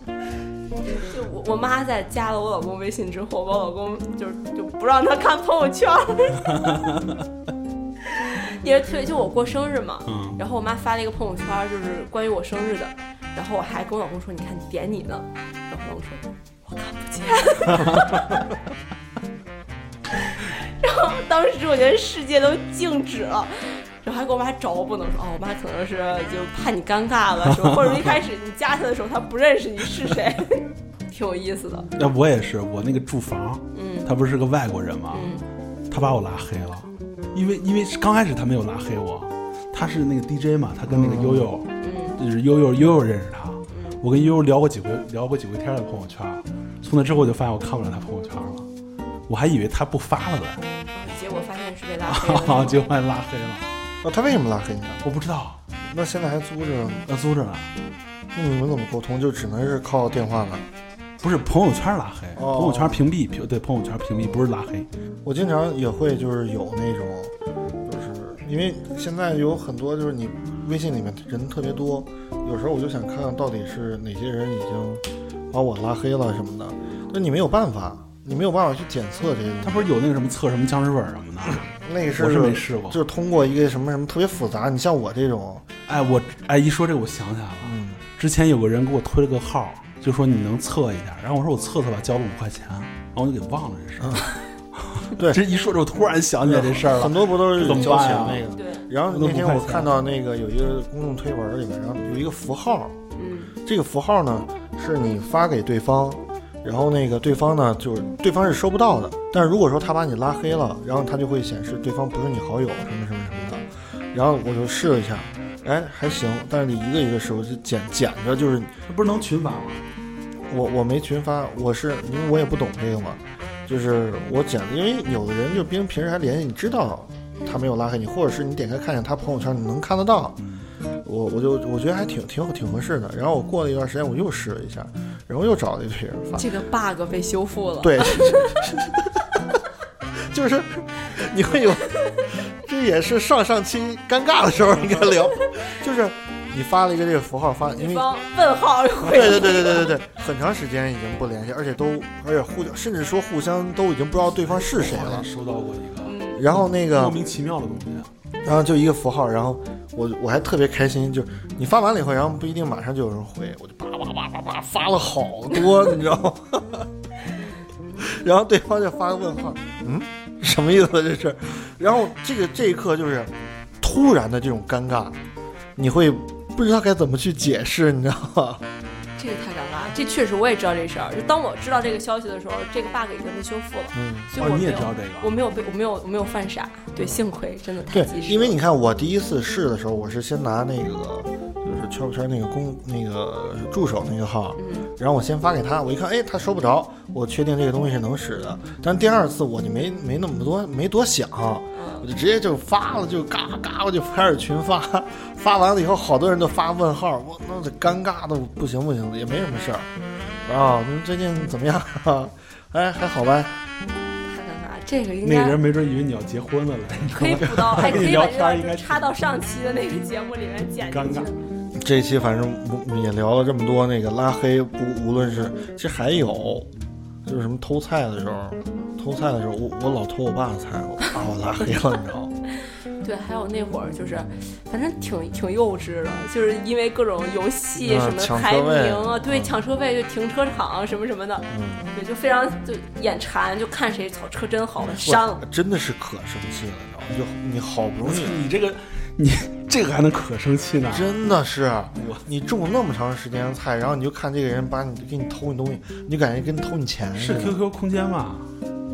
Speaker 6: 就我我妈在加了我老公微信之后，我老公就是就不让他看朋友圈儿， 因为特别就我过生日嘛，
Speaker 7: 嗯
Speaker 6: 然后我妈发了一个朋友圈儿，就是关于我生日的，然后我还跟我老公说，你看点你呢，然后我老公说我看不见， 然后当时我觉得世界都静止了。然后还给我妈找不能说哦，我妈可能是就怕你尴尬了，说或者说一开始你加她的时候她不认识你是谁，挺有意思的。
Speaker 7: 那呃我也是，我那个住房，
Speaker 6: 嗯
Speaker 7: 他不是个外国人吗？他把我拉黑了，因为因为是刚开始他没有拉黑我，他是那个 DJ 嘛，他跟那个悠悠，
Speaker 6: 嗯
Speaker 7: 就是悠悠悠悠认识他，我跟悠悠聊过几回聊过几回天儿的朋友圈，从那之后我就发现我看不了他朋友圈了，我还以为他不发了嘞，
Speaker 6: 结果发现是被拉 黑了
Speaker 7: 哈
Speaker 6: 是吗。
Speaker 7: 哈，结果发现拉黑了，
Speaker 4: 哦，她为什么拉黑你啊？
Speaker 7: 我不知道，
Speaker 4: 那现在还租着？
Speaker 7: 要租着呢，
Speaker 4: 那你们怎么沟通？就只能是靠电话了。
Speaker 7: 不是朋友圈拉黑，
Speaker 4: 哦
Speaker 7: 朋友圈屏蔽，屏对朋友圈屏蔽不是拉黑，
Speaker 4: 我经常也会就是有那种，就是因为现在有很多就是你微信里面人特别多，有时候我就想看看到底是哪些人已经把我拉黑了什么的，那你没有办法，你没有办法去检测这些东
Speaker 7: 他
Speaker 4: 西。
Speaker 7: 不是有那个什么测什么僵尸粉什么的，
Speaker 4: 那个
Speaker 7: 我是没试过
Speaker 4: 就。是通过一个什么什么特别复杂，你像我这种，
Speaker 7: 哎，我哎一说这个我想起来了，
Speaker 4: 嗯，
Speaker 7: 之前有个人给我推了个号，就说你能测一下，然后我说我测测吧，交了五块钱，然后我就给忘了这事儿。
Speaker 4: 嗯 对
Speaker 7: 这一说这我突然想起来这事儿
Speaker 4: 很
Speaker 7: 了。
Speaker 4: 多不都是
Speaker 7: 这怎么
Speaker 4: 交
Speaker 7: 办啊
Speaker 4: 钱
Speaker 7: 呀
Speaker 4: 那个？
Speaker 6: 对，
Speaker 4: 然后那天我看到那个有一个公众推文里面，然后有一个符号，
Speaker 6: 嗯，
Speaker 4: 这个符号呢是你发给对方，然后那个对方呢就是对方是收不到的，但是如果说他把你拉黑了，然后他就会显示对方不是你好友什么什么什么的，然后我就试了一下，哎还行，但是你一个一个试，我就捡捡着就是
Speaker 7: 这不是能群发吗？
Speaker 4: 我我没群发，我是因为我也不懂这个嘛，就是我捡，因为有的人就平平时还联系，你知道他没有拉黑你，或者是你点开看见他朋友圈，你能看得到。我我就我觉得还挺挺挺合适的。然后我过了一段时间，我又试了一下，然后又找了一堆人发。
Speaker 6: 这个 bug 被修复了。，
Speaker 4: 对， 就是你会有，这也是上上期尴尬的时候应该聊，就是你发了一个这个符号发，因为
Speaker 6: 对方问号又回
Speaker 4: 对对对对对对对，很长时间已经不联系，而且都而且互甚至说互相都已经不知道对方是谁
Speaker 7: 我好像
Speaker 4: 了。
Speaker 7: 收到过一个
Speaker 4: 然后那
Speaker 7: 莫
Speaker 4: 个，
Speaker 7: 名其妙的东西。啊
Speaker 4: 然后就一个符号，然后我我还特别开心，就是你发完了以后，然后不一定马上就有人回，我就叭叭叭叭叭发了好多，你知道吗？ 然后对方就发个问号，嗯，什么意思这是？然后这个这一刻就是突然的这种尴尬，你会不知道该怎么去解释，你知道吗？
Speaker 6: 这个太尴尬了。这确实我也知道这事儿，就当我知道这个消息的时候，这个 bug 已经被修复了，
Speaker 4: 嗯。
Speaker 6: 所以
Speaker 7: 哦，你
Speaker 6: 我没
Speaker 7: 也
Speaker 6: 有
Speaker 7: 知，道这
Speaker 6: 我
Speaker 7: 个？
Speaker 6: 没有被，我没有，我没有犯傻。对，幸亏真的太
Speaker 4: 对
Speaker 6: 及，时了。
Speaker 4: 因为你看，我第一次试的时候，我是先拿那个就是圈不圈那个公那个助手那个号，
Speaker 6: 嗯，
Speaker 4: 然后我先发给他，我一看，哎，他收不着，我确定这个东西是能使的。但第二次我就没没那么多没多想，
Speaker 6: 嗯
Speaker 4: 我就直接就发了，就嘎嘎，我就开始群发，发完了以后，好多人都发问号，我那得尴尬的不行不行，也没什么事儿。啊，你们最近怎么样？ 哎，还好吧？
Speaker 6: 太尴尬了。这个应
Speaker 7: 那
Speaker 6: 该
Speaker 7: 人没准以为你要结婚了嘞。
Speaker 6: 可以补 到，还可以把
Speaker 7: 聊
Speaker 6: 这
Speaker 7: 天
Speaker 6: 段
Speaker 7: 应该
Speaker 6: 就插到上期的那个节目里面剪进去
Speaker 7: 尴。
Speaker 4: 这一期反正我们也聊了这么多那个拉黑，不无论是其实还有就是什么偷菜的时候，偷菜的时候我我老偷我爸的菜，我把我拉黑了，你知道吗？
Speaker 6: 对，还有那会儿就是，反正挺挺幼稚的，就是因为各种游戏
Speaker 4: 啊
Speaker 6: 什么
Speaker 4: 抢车
Speaker 6: 排
Speaker 4: 位
Speaker 6: 名啊，对，抢车位就停车场什么什么的，
Speaker 4: 嗯，
Speaker 6: 对，就非常就眼馋，就看谁操车真好，上
Speaker 4: 我真的是可生气了，你知道吗？就你好不容易，
Speaker 7: 你这个，你这个还能可生气呢？
Speaker 4: 真的是你种那么长时间的菜，然后你就看这个人把你给你偷你东西，你就感觉跟偷你钱似
Speaker 7: 是
Speaker 4: 的。
Speaker 7: QQ 空间吧？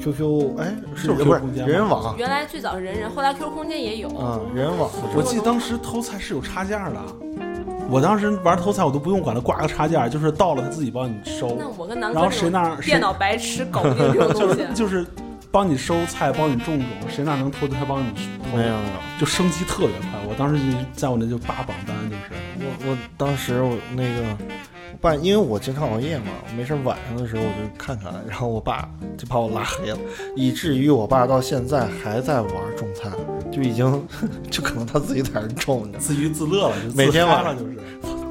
Speaker 4: QQ 哎是
Speaker 7: 就是
Speaker 4: 不
Speaker 7: QQ
Speaker 4: 是
Speaker 7: 空间
Speaker 4: 人
Speaker 7: 吗
Speaker 4: 人网
Speaker 6: 原来最早是人人，后来 QQ 空间也有，
Speaker 4: 啊？人人网
Speaker 7: 我记得当时偷菜是有差价的，啊我当时玩偷菜我都不用管它，挂个差价，就是到了他自己帮你收，
Speaker 6: 那我跟南
Speaker 7: 然
Speaker 6: 哥
Speaker 7: 后
Speaker 6: 这
Speaker 7: 谁
Speaker 6: 种
Speaker 7: 那儿谁
Speaker 6: 电脑白痴搞不定这种
Speaker 7: 就
Speaker 6: 东西
Speaker 7: 是，就是帮你收菜，帮你种种，谁那能偷就他帮你偷，
Speaker 4: 没有没有。
Speaker 7: 就升级特别快。我当时就在我那就扒榜单，就是
Speaker 4: 我我当时我那个我爸，因为我经常熬夜嘛，我没事儿晚上的时候我就看看，然后我爸就把我拉黑了，以至于我爸到现在还在玩种菜，就已经就可能他自己在那儿种着。
Speaker 7: 自娱自乐了，就自
Speaker 4: 每天
Speaker 7: 嗨
Speaker 4: 晚
Speaker 7: 了，
Speaker 4: 上
Speaker 7: 就是。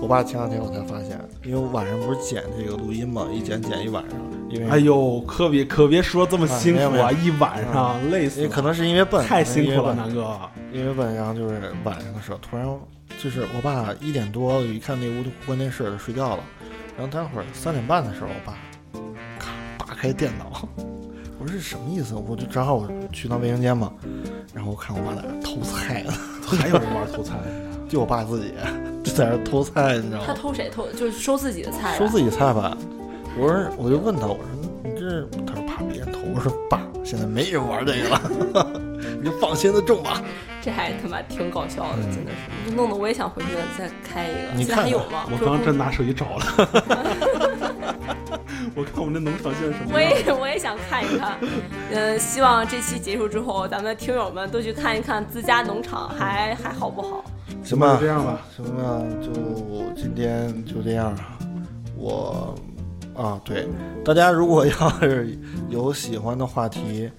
Speaker 4: 我爸前两天我才发现，因为我晚上不是剪这个录音嘛，一剪剪一晚上，因为
Speaker 7: 哎呦，可别可别说这么辛
Speaker 4: 哎没
Speaker 7: 苦
Speaker 4: 有
Speaker 7: 啊，
Speaker 4: 没
Speaker 7: 一晚上累死
Speaker 4: 也可
Speaker 7: 了，
Speaker 4: 能是因为笨，
Speaker 7: 太辛
Speaker 4: 因为
Speaker 7: 苦了，
Speaker 4: 笨
Speaker 7: 南哥。
Speaker 4: 因为晚上就是晚上的时候，突然就是我爸一点多一看那屋就关电视了，睡觉了。然后待会儿三点半的时候，我爸咔打开电脑，我说这什么意思？我就正好我去趟卫生间嘛，然后我看我爸在那偷菜呢，
Speaker 7: 还有人玩偷菜的，
Speaker 4: 就我爸自己就在那偷菜，你知道
Speaker 6: 他
Speaker 4: 吗？
Speaker 6: 偷谁偷，就是收自己的菜啊，
Speaker 4: 收自己菜吧。我说我就问他，我说你这，他说怕别人偷。我说爸，现在没人玩这个了， 你就放心的种吧。
Speaker 6: 这还他妈挺搞笑的，真的是，弄得我也想回去再开一个。
Speaker 4: 嗯你
Speaker 6: 现在还
Speaker 4: 看
Speaker 6: 有吗？
Speaker 7: 我
Speaker 6: 说
Speaker 7: 刚
Speaker 6: 不
Speaker 7: 真拿手机找了， 我看我们这农场现在什
Speaker 6: 我
Speaker 7: 么样？
Speaker 6: 也我也想看一看，嗯，希望这期结束之后，咱们听友们都去看一看自家农场还还好不好？
Speaker 4: 行吧
Speaker 7: 就这样吧。
Speaker 4: 行，那就今天就这样了。我啊，对，大家如果要是有喜欢的话题，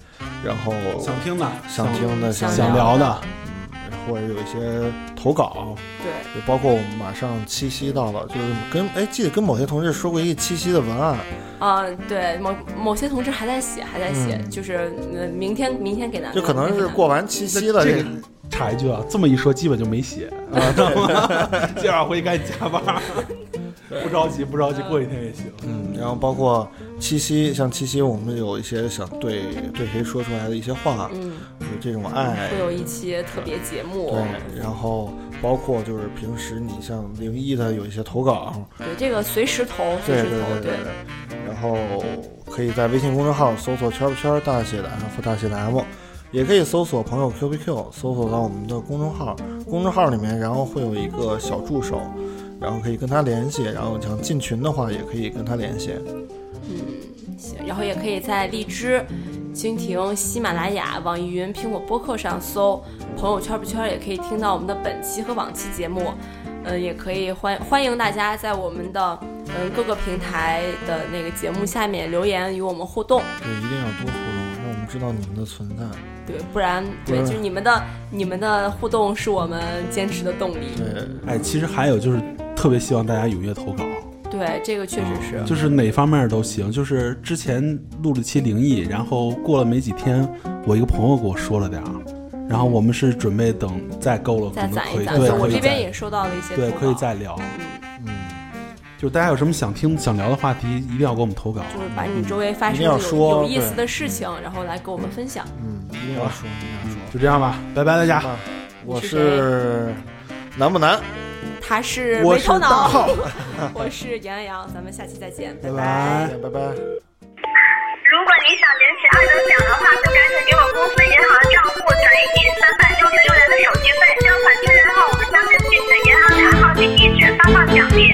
Speaker 4: 然后
Speaker 7: 想听的，
Speaker 4: 想听的、
Speaker 6: 想
Speaker 4: 想
Speaker 7: 想聊的，
Speaker 4: 然后或者有一些投稿，
Speaker 6: 对，
Speaker 4: 就包括我们马上七夕到了，就是跟哎记得跟某些同事说过一个七夕的文案，
Speaker 6: 啊、对，某某些同志还在写，还在写，
Speaker 4: 嗯
Speaker 6: 就是呃，明天明天给咱
Speaker 4: 就可能是过完七夕了，
Speaker 7: 这
Speaker 4: 这
Speaker 7: 个插一句啊，这么一说基本就没写 啊，知道吗？今晚回去赶紧加班， 不着急不着急，过几天也行。
Speaker 4: 嗯，然后包括七夕，像七夕我们有一些想对对谁说出来的一些话，
Speaker 6: 嗯，
Speaker 4: 就是这种爱
Speaker 6: 会，有一期特别节目，
Speaker 4: 对，然后包括就是平时你像零一的有一些投稿，
Speaker 6: 对这个随时投，
Speaker 4: 对
Speaker 6: 随时
Speaker 4: 对
Speaker 6: 投，
Speaker 4: 对对，然后可以在微信公众号搜索“圈儿不圈儿”大写的 F 大写的 M，也可以搜索朋友 Q B Q，搜索到我们的公众号，公众号里面然后会有一个小助手，然后可以跟他联系，然后想进群的话也可以跟他联系。
Speaker 6: 行，然后也可以在荔枝、蜻蜓、喜马拉雅、网易云、苹果播客上搜“朋友圈不圈儿”，也可以听到我们的本期和往期节目。嗯，也可以欢欢迎大家在我们的嗯各个平台的那个节目下面留言与我们互动。
Speaker 4: 对，一定要多互动，让我们知道你们的存在。
Speaker 6: 对，不然对，
Speaker 4: 嗯
Speaker 6: 就是你们的你们的互动是我们坚持的动力。
Speaker 4: 对，
Speaker 7: 哎，其实还有就是特别希望大家踊跃投稿，
Speaker 6: 对，这个确实是。
Speaker 7: 哦就是哪方面都行。就是之前录了期灵异，然后过了没几天，我一个朋友给我说了点儿，然后我们是准备等再够了，
Speaker 6: 再
Speaker 7: 可能
Speaker 6: 攒
Speaker 7: 可
Speaker 6: 一
Speaker 7: 以
Speaker 6: 攒，
Speaker 7: 对，
Speaker 6: 就我
Speaker 7: 可以
Speaker 6: 这边
Speaker 7: 再
Speaker 6: 也收到了一些
Speaker 7: 对
Speaker 6: 投
Speaker 7: 可以
Speaker 6: 稿
Speaker 7: 再聊。
Speaker 6: 嗯
Speaker 7: 就是大家有什么想听、想聊的话题，一定要给我们投稿。
Speaker 6: 就是把你周围
Speaker 7: 嗯
Speaker 4: 一
Speaker 6: 发生
Speaker 4: 定要
Speaker 6: 的有
Speaker 4: 说
Speaker 6: 有意思
Speaker 4: 对
Speaker 6: 的事情，然后来给我们分享。
Speaker 4: 嗯，一定要说，一定要说。
Speaker 7: 就这样吧，拜拜大家。
Speaker 4: 啊，我
Speaker 6: 是
Speaker 4: 是难不难？
Speaker 6: 他是
Speaker 4: 我
Speaker 6: 没
Speaker 4: 是
Speaker 6: 头
Speaker 4: 大
Speaker 6: 脑，
Speaker 4: 号，
Speaker 6: 我是杨洋洋，咱们下期再见，拜
Speaker 7: 拜
Speaker 4: 拜拜。
Speaker 8: 如果您想领取二等奖的话，就赶紧给我公司银行账户转移你三百六十六元的手续费，交款确认后，我们将根据你的银行卡号及地址发放奖励。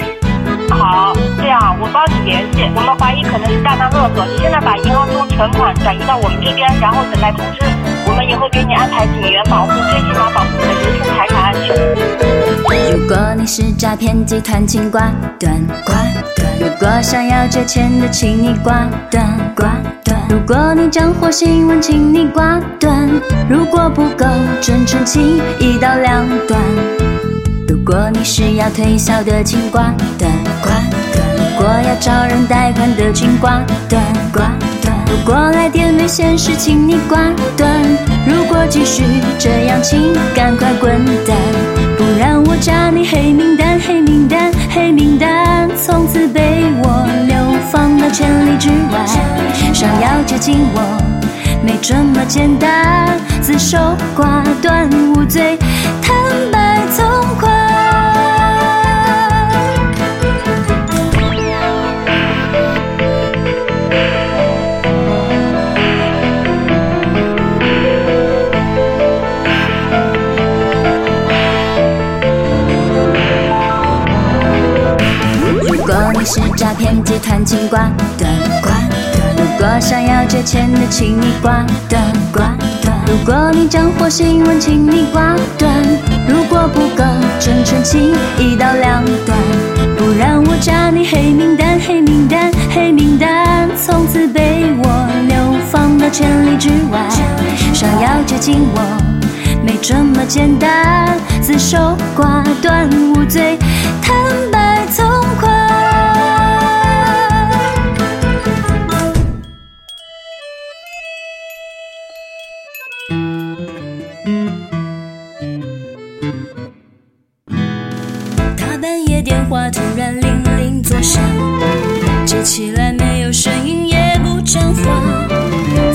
Speaker 9: 好，这样我帮你联系。我们怀疑可能是大难勒索，你现在把银行中存款转移到我们这边，然后等待通知。我们也会给你安排警员保护，最起码保护你的人身财产安全。
Speaker 10: 如果你是诈骗集团，请挂断挂断；如果想要借钱的，请你挂断挂断；如果你账或新闻，请你挂断；如果不够真诚，请一刀两断。如果你是要推销的，请挂断挂断；如果要找人贷款的，请挂断挂断；如果来电没显示，请你挂断；如果继续这样，请赶快滚蛋，不然我加你黑名单，黑名单，黑名单，从此被我流放到千里之外。想要接近我。没这么简单，自首挂断无罪，坦白从宽。如果你是诈骗集团，请挂断挂断；如果想要借钱的，请你挂断挂断；如果你账或新闻，请你挂断；如果不够真诚，请一刀两断，不然我加你黑名单，黑名单，黑名单，从此被我流放到千里之外。想要接近我。没这么简单，自首挂断无罪，坦白从宽。大半夜电话突然铃铃作响，接起来没有声音也不讲话，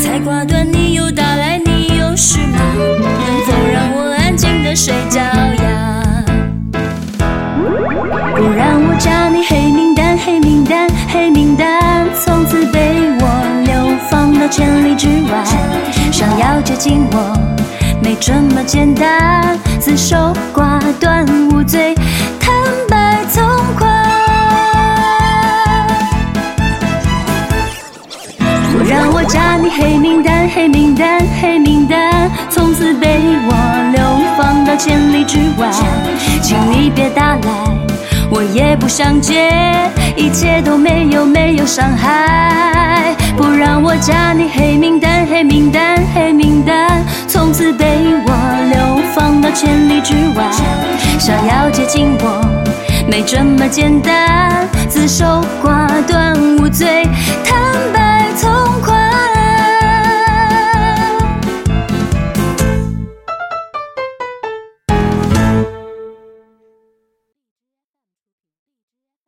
Speaker 10: 才挂断你又打来，你有事吗？能否让我安静的睡觉呀？不然我加你黑名单，黑名单，黑名单，从此被我流放到千里之外。想要接近我，没这么简单，自首挂断无罪，坦白从宽。不让我加你黑名单，黑名单，黑名单，从此被我流放到千里之外。请你别打来，我也不想接，一切都没有没有伤害。不让我加你黑名单，黑名单，黑名单，从此被我流放到千里之外。想要接近我，没这么简单。自首挂断无罪